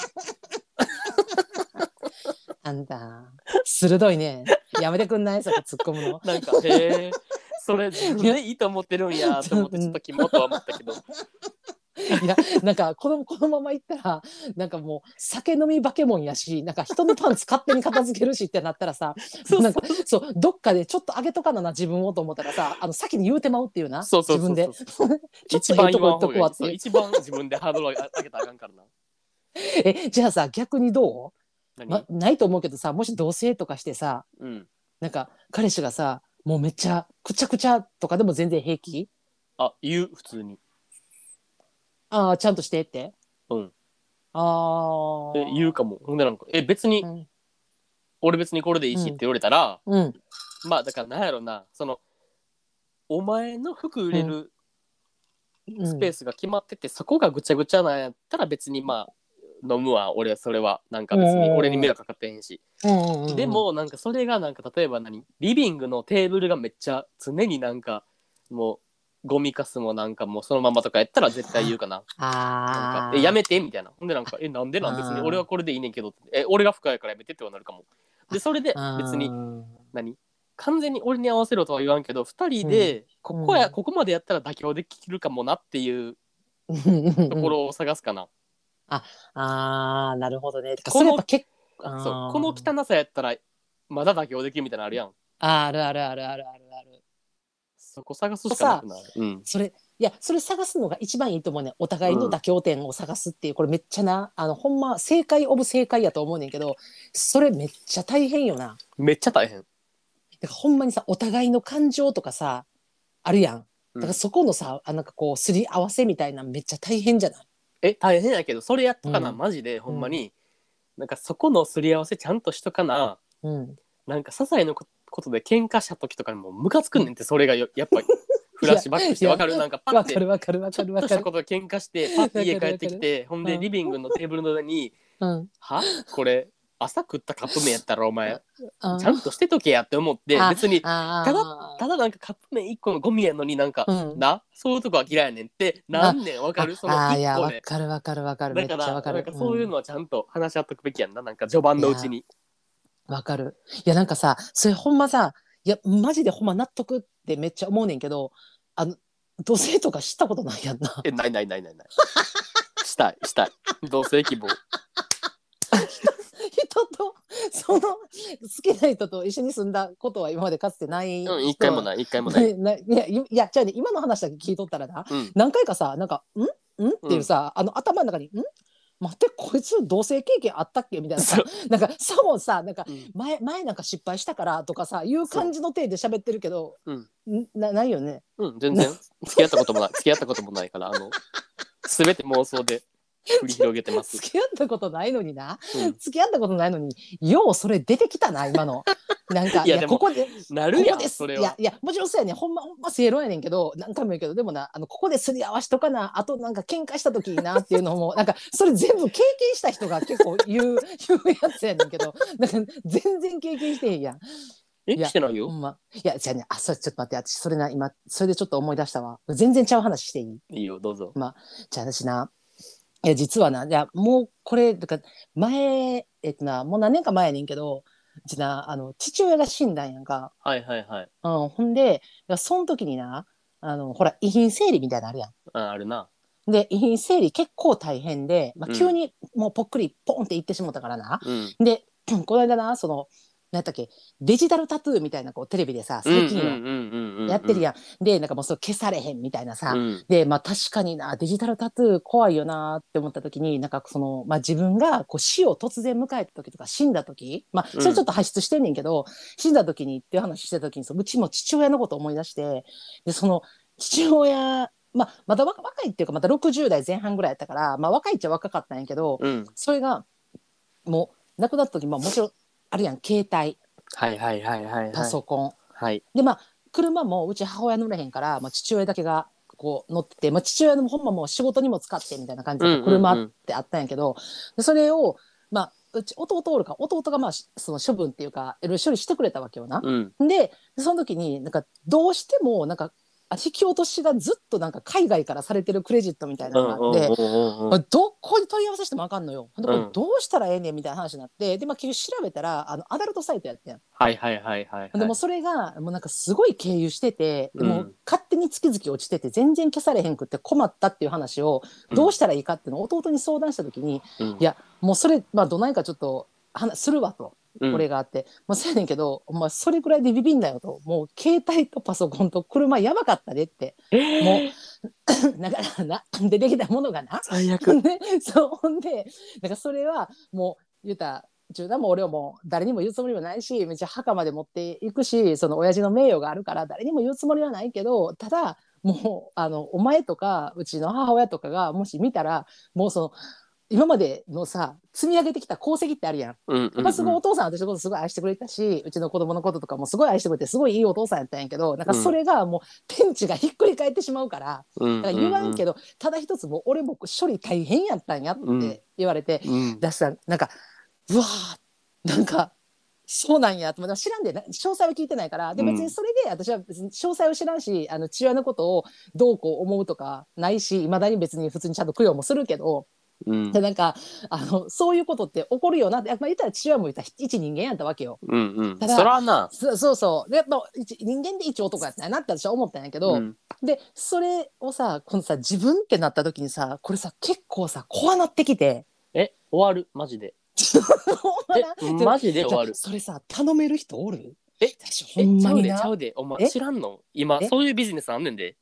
あんた鋭いねやめてくんないそこ突っ込むの
なんかへえそれ自分でいいと思ってるんやと思ってちょっとキモとは思ったけど
いやなんかこのこ のままいったらなんかもう酒飲み化けもんやしなんか人のパンツ勝手に片付けるしってなったらさ
そう
なんかそうどっかでちょっと上げとかなな自分をと思ったらさあの先に言うてまうっていうな
そうそうそうそう
自分でちょっと
一
言
番
うと
言
こ言っとこはい
わん方が
っ
いそう
て
一番自分でハードルを上げたらあかんからな
えじゃあさ逆にどう、
何、
ま、ないと思うけどさもし同棲とかしてさ
うん
なんか彼氏がさもうめっちゃくちゃくちゃとかでも全然平気
あ言う普通に
ああちゃんとしてって
うん
ああ
え言うかもほんでなんかえ別に
うん
俺別にこれでいいしって言われたら、
うん
まあだからなんやろなそのお前の服売れる
うん
スペースが決まってて、そこがぐちゃぐちゃなんやったら別にまあ飲むわ俺はそれはなんか別に俺に迷惑かかってへんし、
うんうんうん
でもなんかそれがなんか例えば何リビングのテーブルがめっちゃ常になんかもうゴミかすもなんかもうそのままとかやったら絶対言うかななん
あ
か
あ
えやめてみたいなほんでなんかえなんでなん別に
あー
俺はこれでいいねんけどえ俺が深いからやめてってはなるかもでそれで別に何完全に俺に合わせろとは言わんけど2人でここや、
うん
ここまでやったら妥協できるかもなっていう
と
ところを探すかな、
ああなるほどね。そ
この
れやっぱ結構
そうこの
あー
汚さやったらまだ妥協できるみたいなのあるやん
あるあるあるあるあるある。
そこ探すしかなくない、うん、
それいやそれ探すのが一番いいと思うねんお互いの妥協点を探すっていう、これめっちゃなあのほんま正解オブ正解やと思うねんけどそれめっちゃ大変よな。
めっちゃ大変
だからほんまにさお互いの感情とかさあるやん。だからそこのさ、あなんかこうすり合わせみたいなのめっちゃ大変じゃない
え大変やけどそれやっとかな、
うん
マジでほんまに、なんかそこのすり合わせちゃんとしとかな
うん。
なんか些細なこことで喧嘩した時とかにもうムカつくねんってそれがよや っぱりフラッシュバックして
いや
わかるなんかパッ
わ
て
かるわかるわ
ち
か
ょ
る
っ
わ
とし
か
た
る。
ことで喧嘩してパッて家
わ
帰
かる
ってきてほんで
うん
リビングのテーブルの上に
うん。
「はこれ朝食ったカップ麺やったらお前
あ
ちゃんとしてとけや」って思って
あ
別に
あー
ただただなんかカップ麺1個のゴミやのになんか、
うん
なそういうとこは嫌いやねんってなんねんわかるその
ああーい
1
や
個
わ
で。
かるわかるわかるめ
だ
っち
か
ゃ
ら
わか
なん
る
かそういうのはちゃんと話し合っとくべきやんななんか序盤のうちに
うんわかるいやなんかさそれほんまさいやマジでほんま納得ってめっちゃ思うねんけどあの土星とか知ったことないやん な
えないないないないないしたいしたい同性希望
人とその好きな人と一緒に住んだことは今までかつてない、
うん一回もない一回もない
い ないやいやじゃあね今の話だけ聞いとったらな
うん
何回かさなんか「んん?」っていうさ、あの頭の中に「ん待ってこいつ同性経験あったっけ?」みたいなさ なんかさもさなんか
うん
前前なんか失敗したからとかさいう感じの体で喋ってるけど、
うん
んなないよね
うん、全然付き合ったこともない付き合ったこともないからあの全て妄想で繰り広げてます
付、き合ったことないのにな
うん、
付き合ったことないのにようそれ出てきたな今 のなんか
いやで
こ
も
こで
な
こ
るや
こ
ん
です
そ
い
れ
や
はい
やもちろんそうやねほんまほんま正論やねんけど何回も言うけどでもなあのここですり合わしとかなあとなんか喧嘩した時になっていうのも なんかそれ全部経験した人が結構言う 言うやつやねんけどなんか全然経験してへんやん
え
いや
してない
ほ
よ
んまいやじゃあねあそれちょっと待って私それな今それでちょっと思い出したわ全然ちゃう話していい
いいよどうぞ
じゃあ私ないや実はないやもうこれとか前えっとなもう何年か前やねんけどうちなあの父親が死んだんやんか、
はいはいはい
うん、ほんでいやその時になあのほら遺品整理みたいなのあるやん。
ああるな
で遺品整理結構大変で、ま
う
あ、
ん
急にもうぽっくりポンって行ってしもたからな、
うん
で この間なその何やったっけデジタルタトゥーみたいなこうテレビでさ最近
う
よ
んうんうんうん
やってるやん、でなんかもうそれ消されへんみたいなさ、
うん
で、まあ確かにな、デジタルタトゥー怖いよなって思った時に、なんかその、まあ自分がこう死を突然迎えた時とか死んだ時、まあそれちょっと発出してんねんけど、死んだ時にっていう話してた時に、そううちも父親のこと思い出して、で、その父親、まあまだ若若いっていうか、また60代前半ぐらいやったから、まあ若いっちゃ若かったんやけど、
うん
それがもう亡くなった時、まあもちろんあるやん、携帯、
はいはいはいはいはい
パソコン。
はい
でまあ車もうち母親乗れへんから、まあ、父親だけがこう乗ってて、まあ、父親のほんまもう仕事にも使ってみたいな感じ
うんう
で
んうん
車ってあったんやけど、でそれをまあうち弟おるから弟がまあしその処分っていうかいろいろ処理してくれたわけよな。
うん
でその時になんかどうしてもなんかあ引き落としがずっとなんか海外からされてるクレジットみたいなのがあって、
うん
どこに問い合わせしてもあかんのよ。ほんでこ
う
れ
ん
どうしたらええねんみたいな話になって、で、まあ、結局調べたら、あの、アダルトサイトやってん。
はいはいはいはいはい。
でもうそれが、もうなんかすごい経由してて、
うん
もう勝手に月々落ちてて、全然消されへんくって困ったっていう話を、どうしたらいいかっていうのを弟に相談した時に、
うん
いや、もうそれ、まあ、どないかちょっと、話するわと、
うん
これがあって、まあ、そうやねんけど、まあ、それぐらいでビビんなよと、もう携帯とパソコンと車やばかったでって、 もう、だからな、出てきたものがな、
最
ほ
悪。
んで、そう、ほんで、だからそれはもう、言うたら、中段も俺はもう誰にも言うつもりもないし、めっちゃ墓まで持っていくし、その親父の名誉があるから誰にも言うつもりはないけど、ただ、もう、あの、お前とか、うちの母親とかが、もし見たら、もうその、今までのさ、積み上げてきた功績ってあるやん。
うんう
やっ
ん
ぱすごいお父さんは私のことすごい愛してくれたし、うちの子供のこととかもすごい愛してくれて、すごいいいお父さんやったんやけど、なんかそれがもう天地がひっくり返ってしまうから、
うん。
だから言わんけ
ど。
ど、ただ一つもう俺も処理大変やったんやっ
うん
て言われて、
うん
出したなんかうわーなんかそうなんやと思って知らんでな詳細は聞いてないからで
うん
別にそれで私は別に詳細を知らんしあの父親のことをどうこう思うとかないしいまだに別に普通にちゃんと供養もするけど
うん
でなんかあのそういうことって起こるよなって、まあ、言ったら父親も言ったら一人間やったわけよ。
うんうん。
ただ
そらな。
そそうそうで、まあ、一人間で一男やったんやなって私は思ったんやけど、
うん
でそれをさこのさ自分ってなった時にさこれさ結構さ怖なってき て
え、終わる。マジで。え、
で
マジで終わる。
それさ頼める人おる
え
私ほ
え、
ん
ちゃ
ま
う
に
で、ちゃ
な
うで。お前
え
知らんの今、
え
そういうビジネスあんねんで。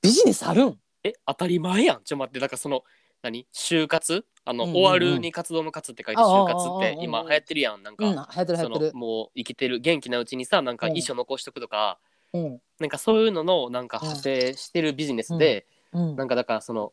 ビジネスあるん
え、当たり前やん。ちょ、待って、なんかその、何就活あの、
うんうんうん
終わるに活動の活って書いて、
ああ
就活っ
あああ
て
あ
今流行ってるやん。なん
うん流
か、
行ってる流行
そ
って
の、
る
もう生きてる、元気なうちにさ、なんか遺書残しとくとか、
うん
なんかそういうのの、なんか派生してるビジネスで、
うん
なんかだからその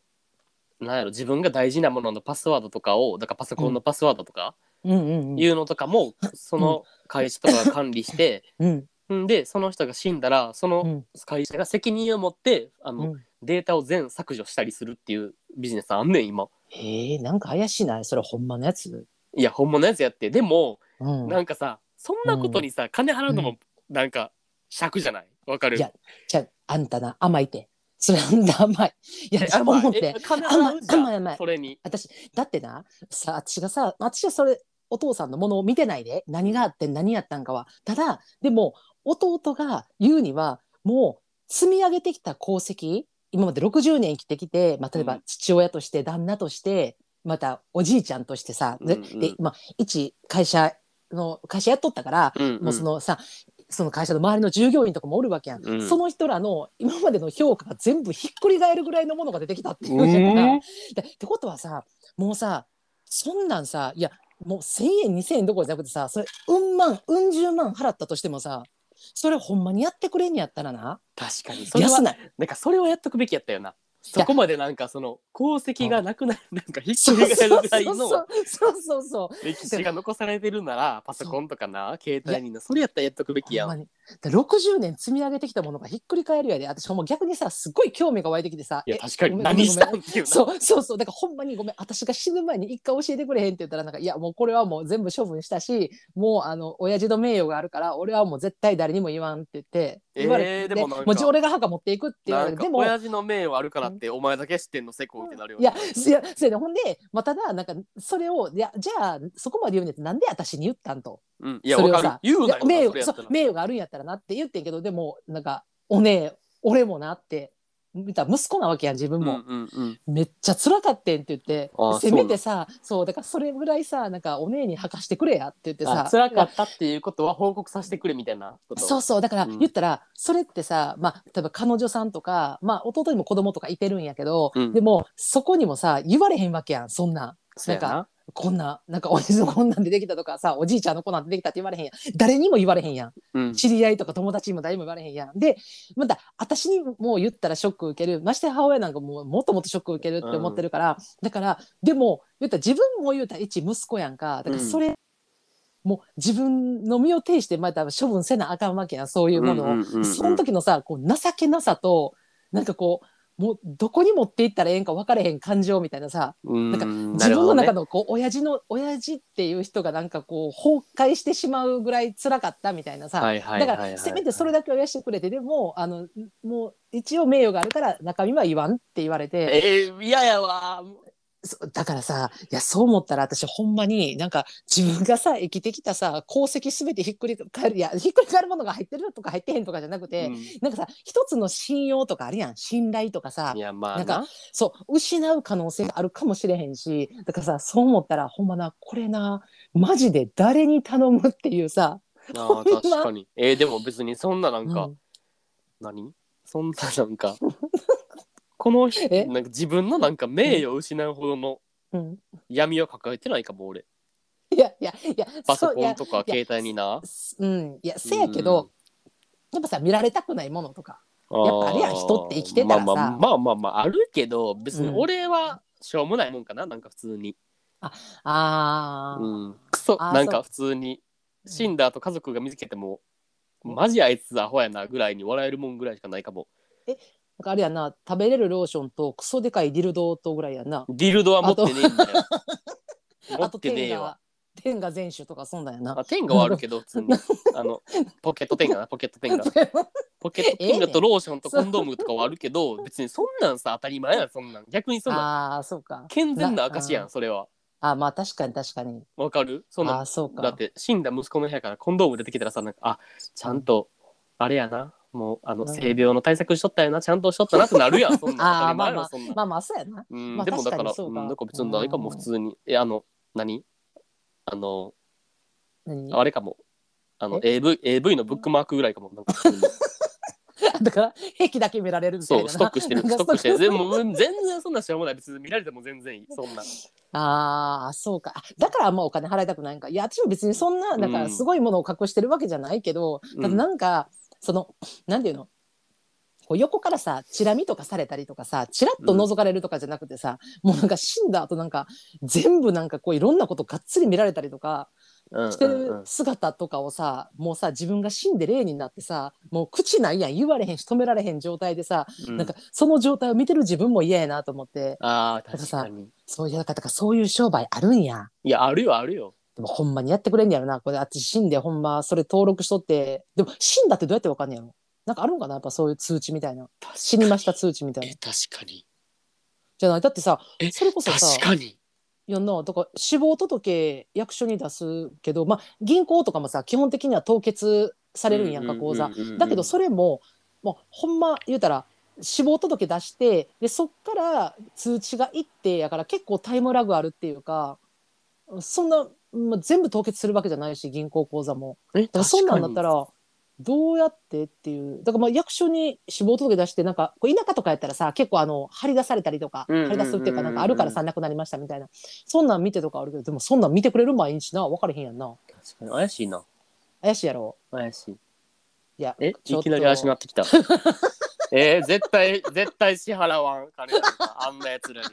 なんやろ自分が大事なもののパスワードとかをだからパソコンのパスワードとか
うんうん
いうのとかも、その会社とかが管理して、
うん
ん、でその人が死んだらそうの
ん
会社が責任を持ってあ
う
の、
ん
データを全削除したりするっていうビジネスあんねん今。
へえなんか怪しいなそれほんまのやつ
いや本物のやつやってでも、
うん
なんかさそんなことにさ金払うのもなんか尺じゃないわかる
いやじゃああんたな甘いてそれあんた甘いいや
え
そう思っ
え
て
金
甘
払
いう
じ
甘い
ゃ
甘
ん
い
それに。
私だってなさ私がさ私はそれお父さんのものを見てないで何があって何やったんかはただでも弟が言うにはもう積み上げてきた功績今まで60年生きてきて、まあ、例え
う
ば
ん
父親として旦那としてまたおじいちゃんとしてさ、で
うんうん
でまあ、一会社の会社やっとったから、
うんうん
もうそのさその会社の周りの従業員とかもおるわけやん、
うん
その人らの今までの評価が全部ひっくり返るぐらいのものが出てきたっていう
う
じゃ
ん
でってことはさもうさそんなんさいやもう1,000円2,000円どころじゃなくてさそれうん万うん十万払ったとしてもさそれほんまにやってくれんやったらな
確かにそれは
安ない
なんかそれをやっとくべきやったよな。そこまでなんかその功績がなくなる、なんかひっ
そう
くり返る
そう
ぐらい
そ
の
うそうそうそ
歴史が残されてるなら、パソコンとかな、携帯にな、それやったらやっとくべき
う
や
ほんま
ん。
にで60年積み上げてきたものがひっくり返るやで私ほんま逆にさすごい興味が湧いてきてさ
いや、確かに
え
何したんっていうな。
そうそうそうだからほんまにごめん私が死ぬ前に一回教えてくれへんって言ったらなんかいやもうこれはもう全部処分したしもうあの親父の名誉があるから俺はもう絶対誰にも言わんって言って
えー
言われて、
でもなんか
うじ俺が墓持っていくって言わ
な
れて
んか
でも
親父の名誉あるからって、お前だけ知ってんのせこいってなるよ
い
な。
やいやそうやねほんで、まあ、ただなんかそれをいやじゃあそこまで言うんやってなんで私に言ったんと
うん、いや、
それを
わかる
さ。
言う
い
な
や
よ
名
な、それ
誉
や
そ
っ
う
たら。
名誉があるんやったらなって言ってんけどでもなんかおねえ俺もなって見たら息子なわけやん自分
うん
も。
うんうん。
めっちゃ辛かってんって言って
ああ
せめてさそうだからそれぐらいさなんかお姉に吐かしてくれやって言ってさ
あ辛かったっていうことは報告させてくれみたいなこと。
そうそうだから
うん
言ったら、それってさ、まあ、例えば彼女さんとか、まあ、弟にも子供とかいてるんやけど、
うん
でもそこにもさ言われへんわけやんそんなん
そうやな。
こんななんかおじのこんなんでできたとかさおじいちゃんの子なんてできたって言われへんやん誰にも言われへんやん
うん
知り合いとか友達にも誰にも言われへんやんでまた私にも言ったらショック受けるまして母親なんかもうもっともっとショック受けるって思ってるから、だからでも言ったら自分も言うたら一息子やんかだからそれ、もう自分の身を挺してまた処分せなあかんわけやんそういうものを、
うんうんうんうん
その時のさこう情けなさとなんかこうもうどこに持っていったらええんか分からへん感情みたいなさ
うん
なんか
な
自
る
分
ほど
の中
ね
のこう親父の親父っていう人がなんかこう崩壊してしまうぐらい辛かったみたいなさ、
はいはいは
だ
い
か
はい
らせめてそれだけはやしてくれてでもあのもう一応名誉があるから中身は言わんって言われて
えー、嫌やわ
そだからさいやそう思ったら私ほんまになんか自分がさ生きてきたさ功績すべてひっくり返るいやひっくり返るものが入ってるとか入ってへんとかじゃなくて、
うん
なんかさ一つの信用とかあるやん信頼とかさ
いやまあ
なん
な
かそう失う可能性があるかもしれへんしだからさそう思ったらほんまなこれなマジで誰に頼むっていうさ
あー
ほんま
確かにえー、でも別にそんななんか、
うん
何そんなな んかこの人
え
なんか自分のなんか名誉を失うほどの
うん
闇を抱えてないかも俺
いやいやいや
パソ
そうい
コ
や
ンとか
いや
携帯にな
すうんいやせやけど、やっぱさ見られたくないものとか
うん
やっぱあれや人って生きてたらさ
まあまあまあまあまああるけど別に
うん
俺はしょうもないもんかななんか普通に
あー、
うんクソ
あー
なんか普通に死んだ後家族が見つけてもマジあいつアホやなぐらいに笑えるもんぐらいしかないかも
なんかあれやな食べれるローションとクソでかいディルドとぐらいやな
ディルドは持ってねえんだよ持
あ
っ
と
てねえ
天
わ
が天が全種とかそんなんやな
あ天下はあるけど普通にあのポケット天下なポケット 天下ポケットテンガとローションとコンドームとかはあるけど、別にそんなんさ当たり前やんそんなん逆にそんなん
あーそうか
健全な証や
なん
それは
あーまあ確かに確かに
わかるそん
あ
な
ーそうか
だって死んだ息子の部屋からコンドーム出てきたらさなんかあちゃんとあれやなもうあ
う
の
ん
性病の対策しとったよなちゃんとしとったなって なるやんそんなん当
あ
た
ー
り前や
まあ
ろそんなん
まあまあそうやな
うん
まあ
でもだか
確
ら
かにそううんか
なんか別にないかも
うん
普通にえあの何あの
何
あれかもあの AV, AV のブックマークぐらいかもなんか普 通に
だから壁だけ見られるみたい
そ
な
う、ストックしてる、
なんか
ストックしてる。全部、全然そんなしょうもない。別に見られても全然いい。そんな。
ああそうかあだからあんまお金払いたくないんかいや私も別にそんななん
うん
かすごいものを隠してるわけじゃないけど、
うん
ただなんかそのなんていうのこう横からさチラ見とかされたりとかさチラッと覗かれるとかじゃなくてさ、もうなんか死んだ後なんか全部なんかこういろんなことがっつり見られたりとか
うん
して
うんう
る
ん
姿とかをさ、もうさ自分が死んで霊になってさもう口ないやん言われへんし止められへん状態でさ、
うん
なんかその状態を見てる自分も嫌やなと思って
ああ、
か
確
さ
かに。
そういやだからそういう商売あるんや。
いや、あるよ、あるよ。
でもほんまにやってくれんやろな。これあっち死んでほんまそれ登録しとって。でも死んだってどうやってわかんねやろなんかあるんかなやっぱそういう通知みたいな。死にました通知みたい
え、
な。
確かに。
じゃないだってさ
え、
それこそさ、
確かに。
いやな、だから死亡届役所に出すけど、まあ銀行とかもさ、基本的には凍結されるんやんか、口座。。だけどそ
れ。
れも、もうほんま言うたら死亡届出してでそっから通知がいってやから結構タイムラグあるっていうかそんな、まあ、全部凍結するわけじゃないし銀行口座も
え、
だからそんなんだった
ら。
らどうやってっていうだからまあ役所に死亡届出してなんかこう田舎とかやったらさ結構あの張り出されたりとか
うんうんう
張
ん
り出すっていうかなんかあるからさなくなりましたみたいなそんなん見てとかあるけどでもそんなん見てくれる毎日な分からへんやんな
確かに怪しいな。
怪しいやろ
怪しい。
いや
え、い
ちょっと
きなり怪しくなっ てきた。えー、絶対、絶対支払わん、金なんか。あんな奴らに。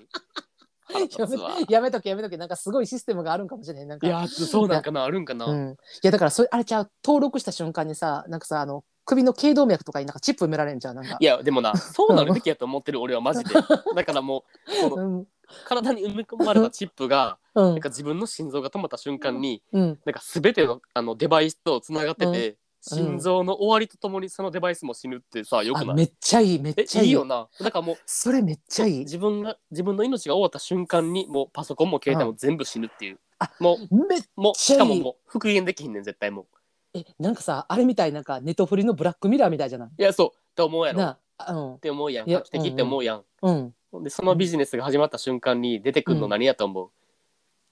腹立
や
つ
め
わ
やめとけやめとけなんかすごいシステムがあるんかもしれないなん
い
か
や、そうなんかな、あるんか
う
な。
ん、いやだからそれあれちゃう登録した瞬間にさなんかさあの首の頸動脈とかになんかチップ埋められんじゃうなんか
いや、でも な、そうなるべきやと思ってる、俺はマジで。だからもう、その
うん
体に埋め込まれたチップが
う
なん
ん
か自分の心臓が止まった瞬間に
うん
なんか全てのあのデバイスとつながってて、
うんうん
心臓の終わりとともにそのデバイスも死ぬってさよく
あ
ない
めっちゃいいめっちゃ
え
いい
いいよなだからもう
それめっちゃいい
自分が自分の命が終わった瞬間にもうパソコンも携帯も全部死ぬっていう、
あ
も
め
うもう
ちゃい
し
い
かももう復元できひんねん絶対も
えなんかさあれみたいなんかネトフリのブラックミラーみたいじゃないう
いやそうって思うやろっ
なあうん
て思うやん
いや
画期的って思うやん、
うん
ほんでそのビジネスが始まった瞬間に出てくるの何やと思う、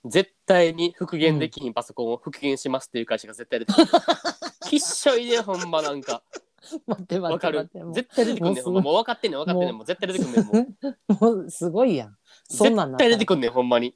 絶対に復元できひんパソコンを復元しますっていう会社が絶対出て くる。きっしょいでほんまなんか。
待って待
わ
っ
か
て待
る
っても。
絶対出てくんねん。ほんまもう分かってんねん分かってんねん。もう絶対出てくんねん。もう
うもうすごいやん そんなんなった
絶対
ら
出てくんねん。ほんまに。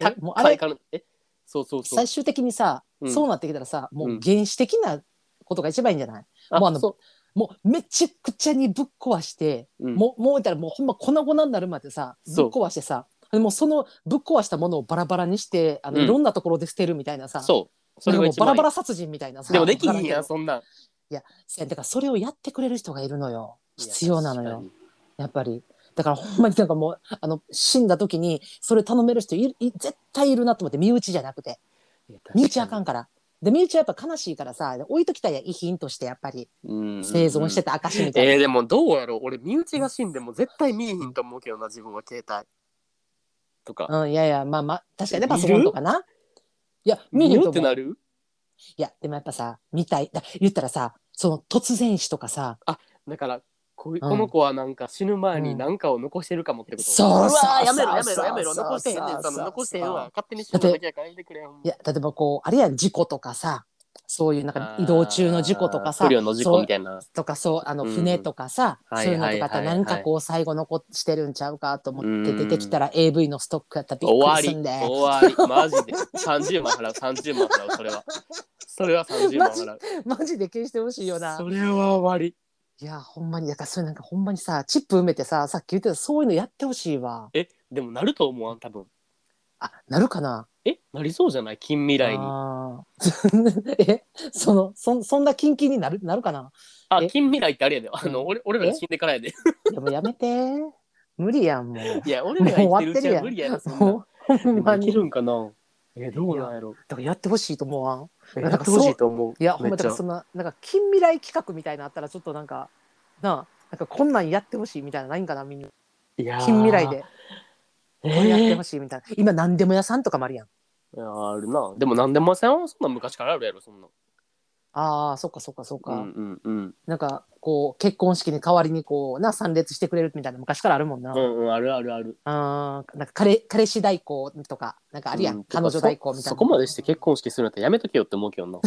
えもうあれ
からえそうそうそう
最。終的にさ、
うん
そうなってきたらさも
う
うん原始的なことが一番いいんじゃない、もうあの
そ
もうめちゃくちゃにぶっ壊して
ううん
もうもう言ったらもうほんま粉々になるまでさぶ
そ
っ
う
壊してさもうそのぶっ壊したものをバラバラにしてあの、
うん
いろんなところで捨てるみたいなさ
そう。それ
なんかもう
が一
バラ
番いい
バラ殺人みたいなさ
でもできひん
わから
や
んけど
ん、そんなん。
いやせやだからそれをやってくれる人がいるのよ必要なのよ
いや。確かに
やっぱりだからほんまになんかもうあの死んだ時にそれ頼める人いるい絶対いるなと思って身内じゃなくて身内あかんからで身内はやっぱ悲しいからさ置いときたいや遺品としてやっぱり
うん
生存してた証みたいな、
えー、でもどうやろう俺身内が死んでも絶対見えへんと思うけどな自分は携帯とか
うんいやいやまあまあ確かにね
いる
パソコンとかないや見
見
る
る
と
って
思う
なる
いやでもやっぱさ見たいだ言ったらさその突然死とかさ
だからこいこの子はなんか死ぬ前に何かを残してるかもってこ
う
と、
んそうそう
わーやめろやめ
そ
ろ
う
やめろ
そう
残してへんねん
そ
そうの残してへん
そう
わ勝手に死ぬだけやからやめてくれよ
いや例えばこうあれやん事故とかさそういうなんか移動中の事故とかさ
不良の事故みたいな
とかそうあの
うん
船とかさ、
はい
そういうのとかっ
は
て
いはい
何かこう最後残してるんちゃうかと思って
うん
出てきたら AV のストックやったらび
終
っ
わ
くり
り
すんで
終わりマジで30万払う30万払うそれはそれは30万払う
マジで消してほしいよな
それは終わり
いやほんまにだからそれなんかほんまにさチップ埋めてささっき言ってたそういうのやってほしいわ
えでもなると思わん多分
あなるかな
えなりそうじゃない近未来にあ
あー えそのそそんなキンキンになるなるかなえ
近未来ってあれやであの俺俺らが死んでか らやで
でもやめて無理やんも う
いや俺らが生きてるうちは無理やなそんな
もうほんま
でき
にだ
るんかなえどうなんやろ
からやってほしいと思うわん
え
なんか
やってほしいと思う
いやほん
め
ま
っ
だか
ちゃ
らそんななんか近未来企画みたいなのあったらちょっとなんかなあなんかこんなんやってほしいみたいなのないんかなみんない
やー
近未来で
え
これやって
ー
ほしいみたいな、今何でも屋さんとかもあるやん
いやあるなでもなんでもせんそんな昔からあるやろそんな
あーそっかそっかそっか、
うんうんうん
なんかこう結婚式に代わりにこうな参列してくれるみたいな昔からあるもんな、
うんうんあるあるある
あーなんか彼彼氏代行とかなんかあるやん、
うん
彼女代行みたいな
そそこまでして結婚式するんやったらやめとけよって思うけ どな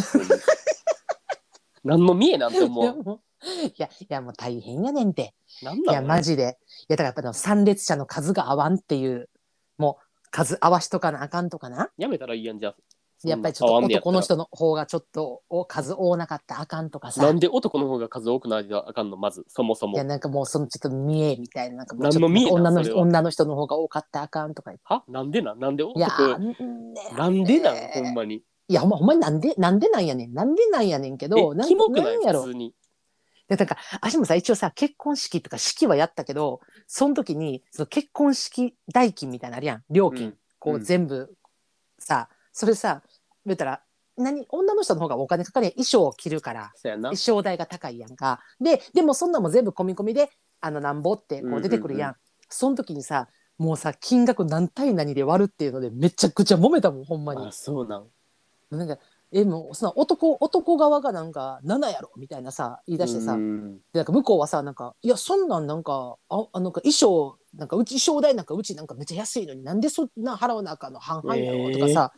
何の見えなんて
いや
思う
もう いやいやもう大変やねんて
何
い
な
や
の
マジでいやだからやっぱあの参列者の数が合わんっていうもう数合わしとかなあかんとかな
やめたらいいやんじゃあそんな
やっぱりちょっと
合わんねやた
男
ら
の人の方がちょっとお数多なかったらあかんとかさ
なんで男の方が数多くないとあかんのまずそもそ
いや
も
なんかもうそのちょっと見えみたいななんかもうちょっと
何の見栄なん
女の
それ
人
は
女の人の方が多かったらあかんとか言っ
はなんでなんなんで
ていやー
男
んね
なんでなんほんまに
いやほんまほんまになんでなんでなんやねんなんでなんやねんけど
え
なん
キモくな
ないんやろ
普通に
でなんか私もさ一応さ結婚式とか式はやったけどその時にその結婚式代金みたいなのあるやん料金、
うん
こ
う
うん全部、さそれさ言ったら何女の人の方がお金かかるやん衣装を着るから
そうやな
衣装代が高いやんかででもそんなんも全部込み込みであのなんぼってこう出てくるやん,、
うんうんう
その時にさもうさ金額何対何で割るっていうのでめちゃくちゃ揉めたもんほんまに
あそうなん
なんかえもうその男男側がなんか7やろみたいなさ言い出してさ、
うん
でなんか向こうはさなんか「いやそんなんなんかああなんか衣装なんかうち衣装代なんかうちなんかめっちゃ安いのになんでそんな払わなあかんの半々やろ」
えー
とかさ、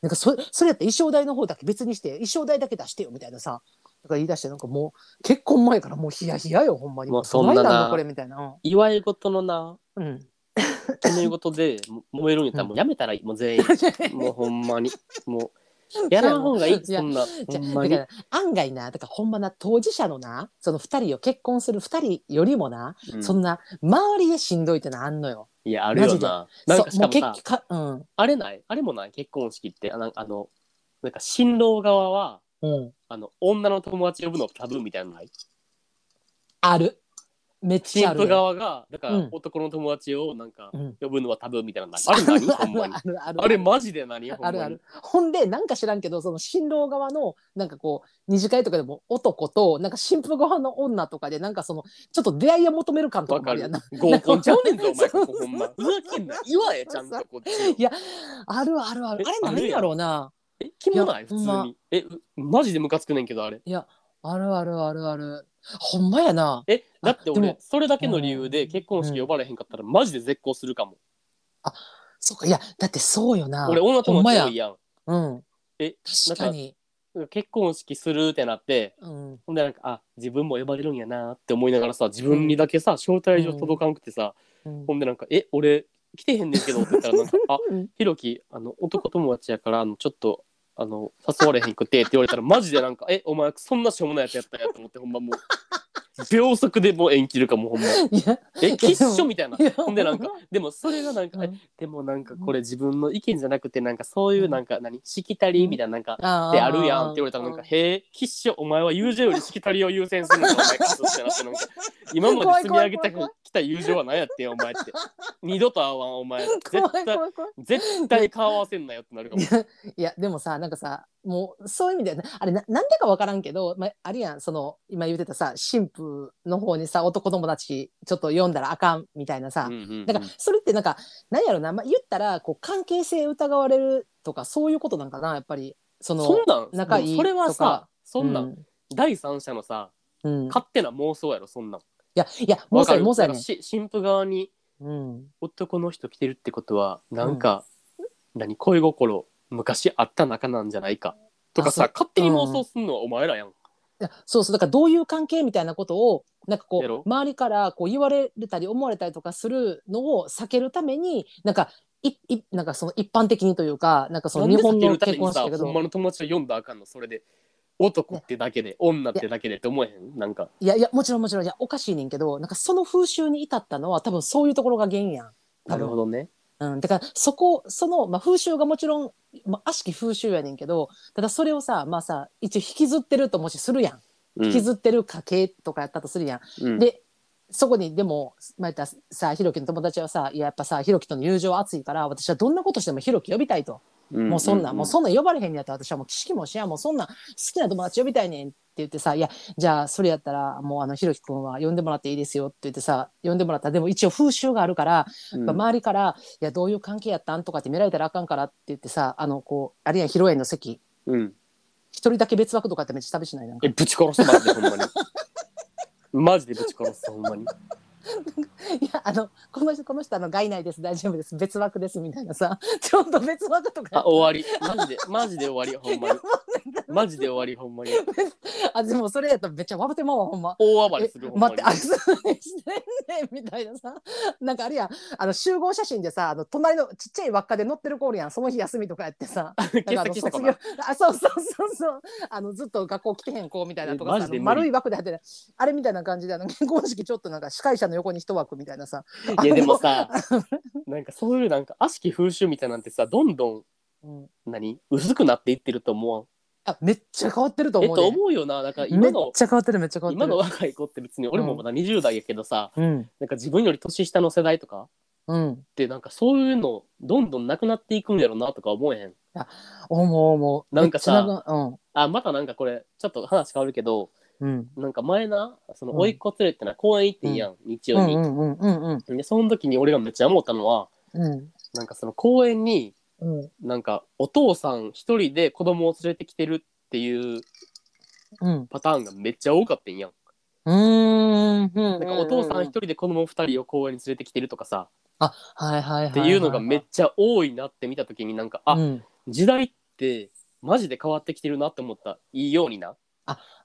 なんかそそれやったら衣装代の方だけ別にして衣装代だけ出してよみたいなさなんか言い出してなんかもう結婚前からもうヒヤヒヤよほんまに
もうそんなな
どいのこれみたいな
祝い事のな
うん
決め事でも燃えるんやったらもうやめたらいいもう全員 もうほんまにもうやらんほうがいい
いや
そんな
じ
ほ
ゃ
んま
だか
に
ら案外なだからほんまな当事者のなその2人を結婚する2人よりもな、
うん
そんな周りでしんどいってのあんのよ。
いやあるよななんかし
そうも
か
う結
もさ
局かうん
あれないあれもない結婚式ってあなんかあのなんか新郎側は
うん
あの女の友達呼ぶのタブーみたいなのない
ある。めっち
新
ゃあるよ。
婦側がだか
う
ら
ん
男の友達をなんか
うん
呼ぶのはタブーみたいなのないあ れ何ほんまに
あるあるある
あれマジで何ほ
あ
ん
る
ま
あ
に
るほんでなんか知らんけどその新郎側のなんかこう二次会とかでも男となんか新婦側の女とかでなんかそのちょっと出会いを求める感とか
わ
もあ
か
るや
る
んな。
合コンちゃうねんぞお前
そう
ここほんま浮気んな言わえちゃんとこっち
いやあるあるある
え
あれ何やろうな
え、キモない
いや
普通
ほんま
に。え、うマジでムカつくねんけど、あれ。
あるあるあるあるほんまやな
え、だって
あで
俺
も、
それだけの理由
う
で
ん
結婚式呼ばれへんかったら、マジで絶交するかも。
そうかいやだってそうよな
俺、女
ほん
友
ま
達
や
多いやん。
うん
え、
確かに
結婚式するってなって、
うん
ほんでなんか、あ、自分も呼ばれるんやなって思いながらさ、自分にだけさ、招待状届かんくてさ、
うん
ほんでなんか、え、俺、来てへんねんけどって言ったら、なん か、あ
うん、
ひろき、あの、男友達やから、あの、ちょっと、あの、誘われへんくてって言われたら、マジでなんか、え、お前、そんなしょうもないやつやったんやと思って、ほんまも う、秒速でもう延期るかも、ほんま。
いや
えキッションみたいない
や
ほんでなんかでもそれがなんか、えでもなんかこれ自分の意見じゃなくてなんかそういうなんか何しきたりみたいななんか
あー
である やんって言われたらなんか「へえキッションお前は友情よりしきたりを優先するのかお前か」ってなってなんか今まで
怖い
積み
怖い
上げて
怖い怖
きた友情は何やってんお前って二度と会わんお前
怖い
絶対
怖い怖い
絶対顔合わせんなよってなるかも
いや いやでもさなんかさもうそういう意味であれななんでかわからんけど、まあ、あるやんその今言ってたさ神父の方にさ男友達ちょっと読んだらあかんみたいなさ、
うんうんうん
だからそれってなんか何やろな、まあ、言ったらこう関係性疑われるとかそういうことなんかなやっぱりその
そんなん
仲いい
それは
とか
さそんなん、第三者のさ
うんうんい
勝手な妄想やろそんなん
やいやもう
わ
さ
かる
もうさや
なん
ね
か、し新婦側に
うん、
男の人来てるってことはなんか、何恋心昔あった仲なんじゃないかとか
あ
さ
そ
勝手に妄想すんのはお前らやん、
いやそうそうだからどういう関係みたいなことをなんかこ
やろ
う周りからこう言われたり思われたりとかするのを避けるためになんかいいなんかその一般的にというかなんかそ
な
の
んで
日本
避け
の
るため
結
に
婚
さ
式だけ
ほ
ど
んまの友達を読んだらあかんのそれで男ってだけで女ってだけでって思えへんなんか
いやいやもちろんもちろんいやおかしいねんけどなんかその風習に至ったのは多分そういうところが原因やん。多分
なるほどね
うん、だからそこその、まあ、風習がもちろん、まあ、悪しき風習やねんけどただそれをさまあさ一応引きずってるともしするやん引きずってる家系とかやったとするやん、
うん
でそこにでも、まあ、言ったらさひろきの友達はさ「いややっぱさひろきとの友情は熱いから私はどんなことしてもひろき呼びたいと」もうそんなん、もうそんなん呼ばれへんのやったら私はもう知識もしやもうそんなん好きな友達呼びたいねんって言ってさ「いやじゃあそれやったらもうあのひろきくんは呼んでもらっていいですよ」って言ってさ呼んでもらったらでも一応風習があるから、
うん
まあ周りから「いやどういう関係やったん?」とかって見られたらあかんからって言ってさあのこうあるいは披露宴の席
うん
一人だけ別枠とかってめっちゃ寂しないなんか
えぶち殺すマジでほんまにマジでぶち殺すほん まに
いやあのこの人この人あの外内です大丈夫です別枠ですみたいなさちょっと別枠と
あ
か
終わりマジでマジで終わりほんまにマジで終わりほんまに
あでもそれやったらめっちゃ笑ってまうわほんま。
大暴れ
え
するほんま
待って
に
あれそうしてんねんみたいなさなんかあれやあの集合写真でさあの隣のちっちゃい輪っかで乗ってるコールやんその日休みとかやって さなんか
欠
あの
席したか
卒
な
業あそうそうそうそうあのずっと学校来てへん子みたいなとかさ
えマ
あ
ジで
の
無理
丸い枠で入ってるあれみたいな感じであの結婚式ちょっとなんか司会者の横に一枠みたいなさ
いやでもさなんかそういうなんか悪しき風習みたいなんてさどんどん
うん
何薄くなっていってると思
あめっちゃ変わってると
うえ
思
っ
うね
と思うよななんか
め
今
っ
の
ちゃ変わってるめっちゃ変わってる
今の若い子って別に俺もまだ20代やけどさ、
うん
なんか自分より年下の世代とか
うん
ってなんかそういうのどんどんなくなっていくんやろなとか思えへん
思う思う
なんかさ
めっちゃ長
あまたなんかこれちょっと話変わるけど
うんうん
なんか前なその
うん
甥いっ子連れてな公園行ってんやん、日曜に、
うんうんうんうん
でその時に俺がめっちゃ思ったのは
うん
なんかその公園に
うん
なんかお父さん一人で子供を連れてきてるっていう
うん
パターンがめっちゃ多かったんやん。
うーん
なんかお父さん一
人
人で子供二人を公園に連れてきてるとかさ、
はいはいはは
っていうのがめっちゃ多いなって見た時になんか、あ、
うん
時代ってマジで変わってきてるなって思った。いいようにな。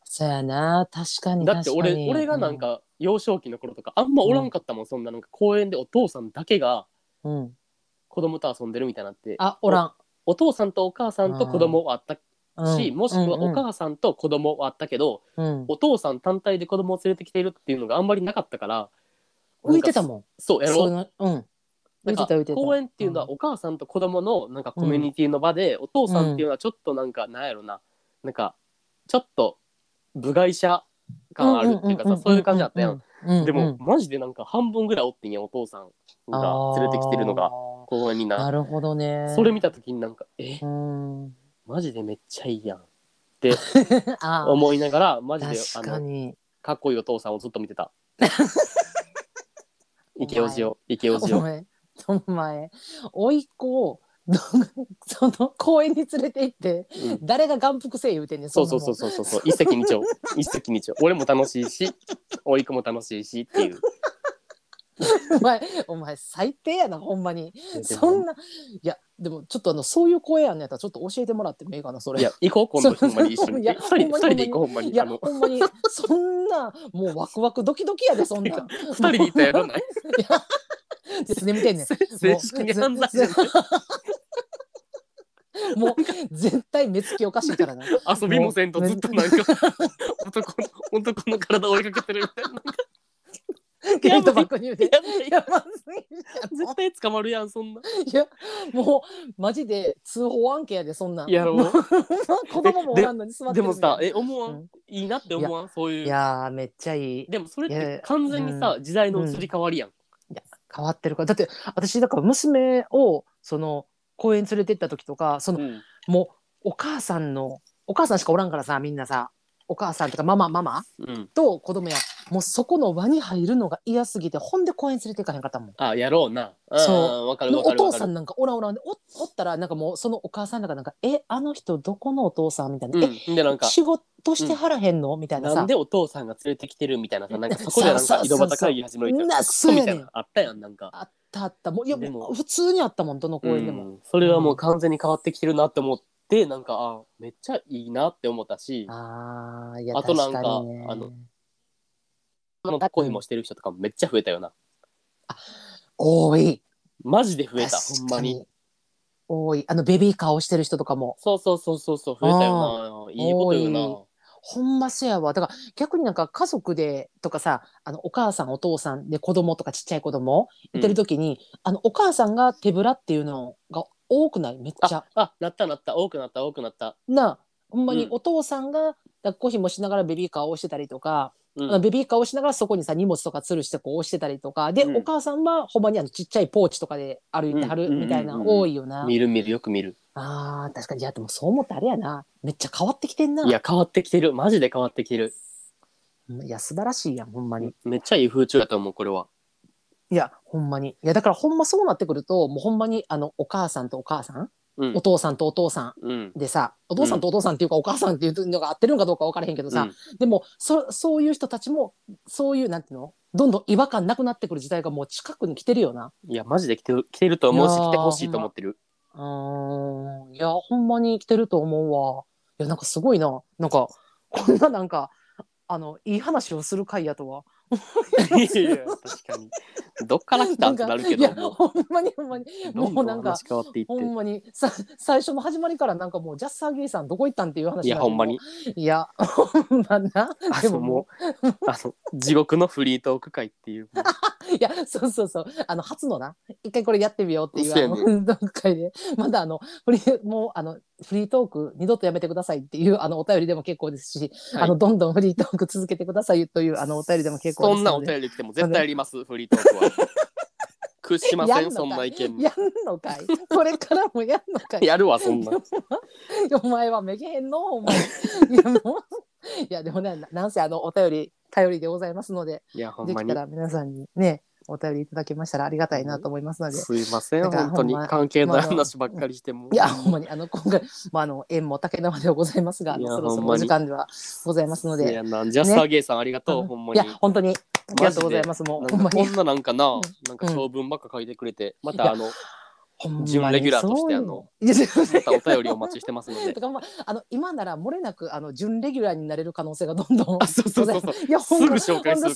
そうやな確かに
だって俺
確かに
俺がなんか幼少期の頃とかあんまおらんかったもん、そんななんか公園でお父さんだけが
うんうん
子供と遊んでるみたいになって、
あおら
お父さんとお母さんと子供はあった
ん
し、
うん
もしくはお
うん
母さんと子供はあったけど、
うん
お父さん単体で子供を連れてきているっていうのがあんまりなかったから
浮いてたもん
そうや
そうい
ろ
うのうん浮
なん
いて
か
た浮いてた
公園っていうのは
うん
お母さんと子供のなんかコミュニティの場で、お父さんっていうのはちょっとなんかなんやろななんかちょっと部外者感あるっていうかさそういう感じだったやん。
うう
でも、
うん
マジでなんか半分ぐらいおってんやんお父さんが連れてきてるの
あー
が公園にな
なるほどね
それ見た時になんかえ
うん
マジでめっちゃいいやん
あー
思いながらマジであ
確か
の
に
かっこいいお父さんをずっと見 てた。イケオジをイケオジ
お
を。
前、お前、おいっ子を、ど その公園に連れて行って、
うん
誰が眼福せえ言うてんねん。
そうんそ
な
う
もん
そうそうそうそう一石二鳥一石二鳥俺も楽しいしおいくも楽しいしっていう
お前、お前最低やな、ほんまに。
でも
そんな、いや、でも、ちょっとあの、そういう公園やんねやったら、ちょっと教えてもらってもいいかな、それ。
いや行こう今度
そ
ほ
うん
まに一緒に
いや
え二人で
ほん
二
ま
人
に
で行こうほんま
い
に
や
あの
ほんまに、そんな、もうワクワクドキドキやで、そんな。
二人で行ったら やらない
ですね、見てんねん。
正式に犯罪じゃない
もう、絶対目つきおかしいからな。
遊びもせんとずっとなんか男の男の体を追いかけてるみたいな
ゲートバックに言うて。
やばい
やばすぎる。
絶対捕まるやん、そんな。
いやもうマジで通報案件やでそんなん
やろう
子供もおらんのに座って
で
る
も
みたいな
さ、え、思わん、
うん
いいなって思わんそうい。
いうやーめっちゃいい
でもそれっ
いやい
て
や
完全にさ、時代の移り変わりやん。
変わってるからだって私だから娘をその公園連れてった時とかその
うん
もうお母さんのお母さんしかおらんからさみんなさお母さんとかママママ
うん。
と子供やもうそこの輪に入るのが嫌すぎてほんで公園連れていかへんかったもん。
あ、やろうな。。
そう
わかる
の
わ
お
かるわ
父
か
さ
る。
んなんかおらんおらんでおおったらなんかもうそのお母さんなんかなんか「えあの人どこのお父さん?」みたいな「
うん。で、なん
え
か、
仕事してはらへんの?」みたいな
な
さ
んでお父さんが連れてきてるみたいなさ、なんかそこでなんか井戸端会議始まるみたいな。
なそうやねん
クソみたいなのあったやん、なんか。
あったあったもういや
でも
もう普通にあったもんどの公園で
う
も。
んそれはもう完全に変わってきてるなって思って、なんか、あ、めっちゃいいなって思ったし、
あーいや
あとなんか
確にね
あのあのタコヒもしてる人とかもめっちゃ増えたよな。
多い
マジで増えた、ほん
確
ま
か
に。
に多いあのベビーカーをしてる人とかも
そうそうそうそうそう、増えたよな。いいこと言うな
多。ほんませやわだから逆になんか家族でとかさあのお母さんお父さんで子供とかちっちゃい子供いてる時に、あのお母さんが手ぶらっていうのが多くないめっちゃ
あ。あ、なったなった、多くなった、多くなった。
なあほんま
う
に
ん
お父さんが抱っこひもしながらベビーカーを押してたりとか、
う
あの
ん。
ベビーカーを押しながらそこにさ荷物とか吊るしてこう押してたりとかで、
うん
お母さんはほんまにあのちっちゃいポーチとかで歩いてはるみたいな、
うんうんうんうん
多いよな。
見る見る、よく見る。
あー確かにいやでもそう思ったらあれやなめっちゃ変わってきてんない
や、変わってきてる。マジで変わってきてる。
いや素晴らしいやんほんまに。
めっちゃいい風潮やと思う、これは。
いやほんまにいやだからほんまそうなってくるともうほんまにあのお母さんとお母さん、
うん
お。父さんとお父さ
うん
ん。でさお父さんとお父さんっていうか、お母さんっていうのが合ってるのかどうか分からへんけどさ、でもそそういう人たちもそういうなんていうのどんどん違和感なくなってくる時代がもう近くに来てるよな。
うんいや、マジで来てる来てると思うし、
いやー
来てほしいと思っ てる。
うーんいやほんまに来てると思うわ。いやなんかすごいななんかこんななんかあのいい話をする回やとは
いやいや、確かに。どっから来たんってなるけ
いや
ど、も
ほんまにほんまに
う、ど
も
んど
うんなんか
話変わっていって
ほ。んまにさ最初の始まりからなんかもうジャッサーゲイさんどこ行ったんっていう話
いや、ほんまに。
いやほんまな
あ
で
の
も
も
も
う、あの、地獄のフリートーク会っ ていう。
いやそうそうそうあの初のな一回これやってみようっていうあ
そう
の 段階でまだあのフリーもうあのフリートーク二度とやめてくださいっていうあのお便りでも結構ですし、
はい
あのどんどんフリートーク続けてくださいというあのお便りでも結構で
そ
す
ん
ので
なお便り来ても絶対やります、フリートークは。屈しませ
やん
ん、
のかい
そんな意見に。
やんの かいこれからもやんのかい
やるわ、そ んな。
お前はめげへんのお前 いやもういやでもねななんせあのお便り頼りでございますので
いや、ほん
で
ま
きた
に。
ら皆さんにねお便りいただけましたらありがたいなと思いますので、
すいません、
だから
本当に
ほんま
関係ない
まあ
話ばっかりしても。
いやほんまにあの今回、 まあ、あの縁も竹縄ではございますがあ
い
の
や
そろそ
ほん
ろ
ま
お
に
時間ではございますの
い
で。
や、なんじゃ、ジャスターゲイさん、ありがとう、
うん
ほんま
い
に。
や本当にありがとうございますも
なん
う
か
ほんま
こ
に
んななんかな
うん、
なんか長文ばっか書いてくれて、ま
い
た
や
あの、
ほんまに
準レギュラーとして
そう
あの
いやそう
またお便りお待ちしてますの で
と。かまああの今なら漏れなくあの準レギュラーになれる可能性がどんどん
あ、そうそうそうそう。
いや
す
ほん
ぐ
ま
紹介する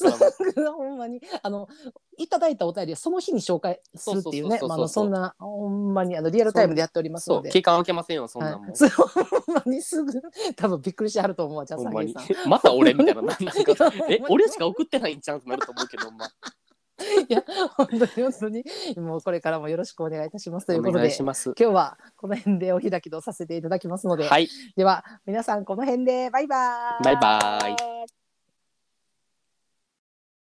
からもう。
ほんまにあのいただいたお便りはその日に紹介するっていうね
そうそうそうそう
まああのそんなほんまにあのリアルタイムでやっております
そ
の
う、
で
期間空けませんよ、そんなん
は
も
い、
う。
そうほんまにすぐ多分びっくりしてはると思うわじゃあ
ほ
サ
んま
ンゲ
に
イさん。
また俺みたい な、ななんか。え
いや、
俺しか送ってないんちゃうんってなると思うけど、ほんま
いや本当に本当にもうこれからもよろしくお願いいたしますというこ
お
と
願い
で
します。
今日はこの辺でお開きとさせていただきますので、
はい。
では皆さんこの辺でバイバーイ
バイバーイ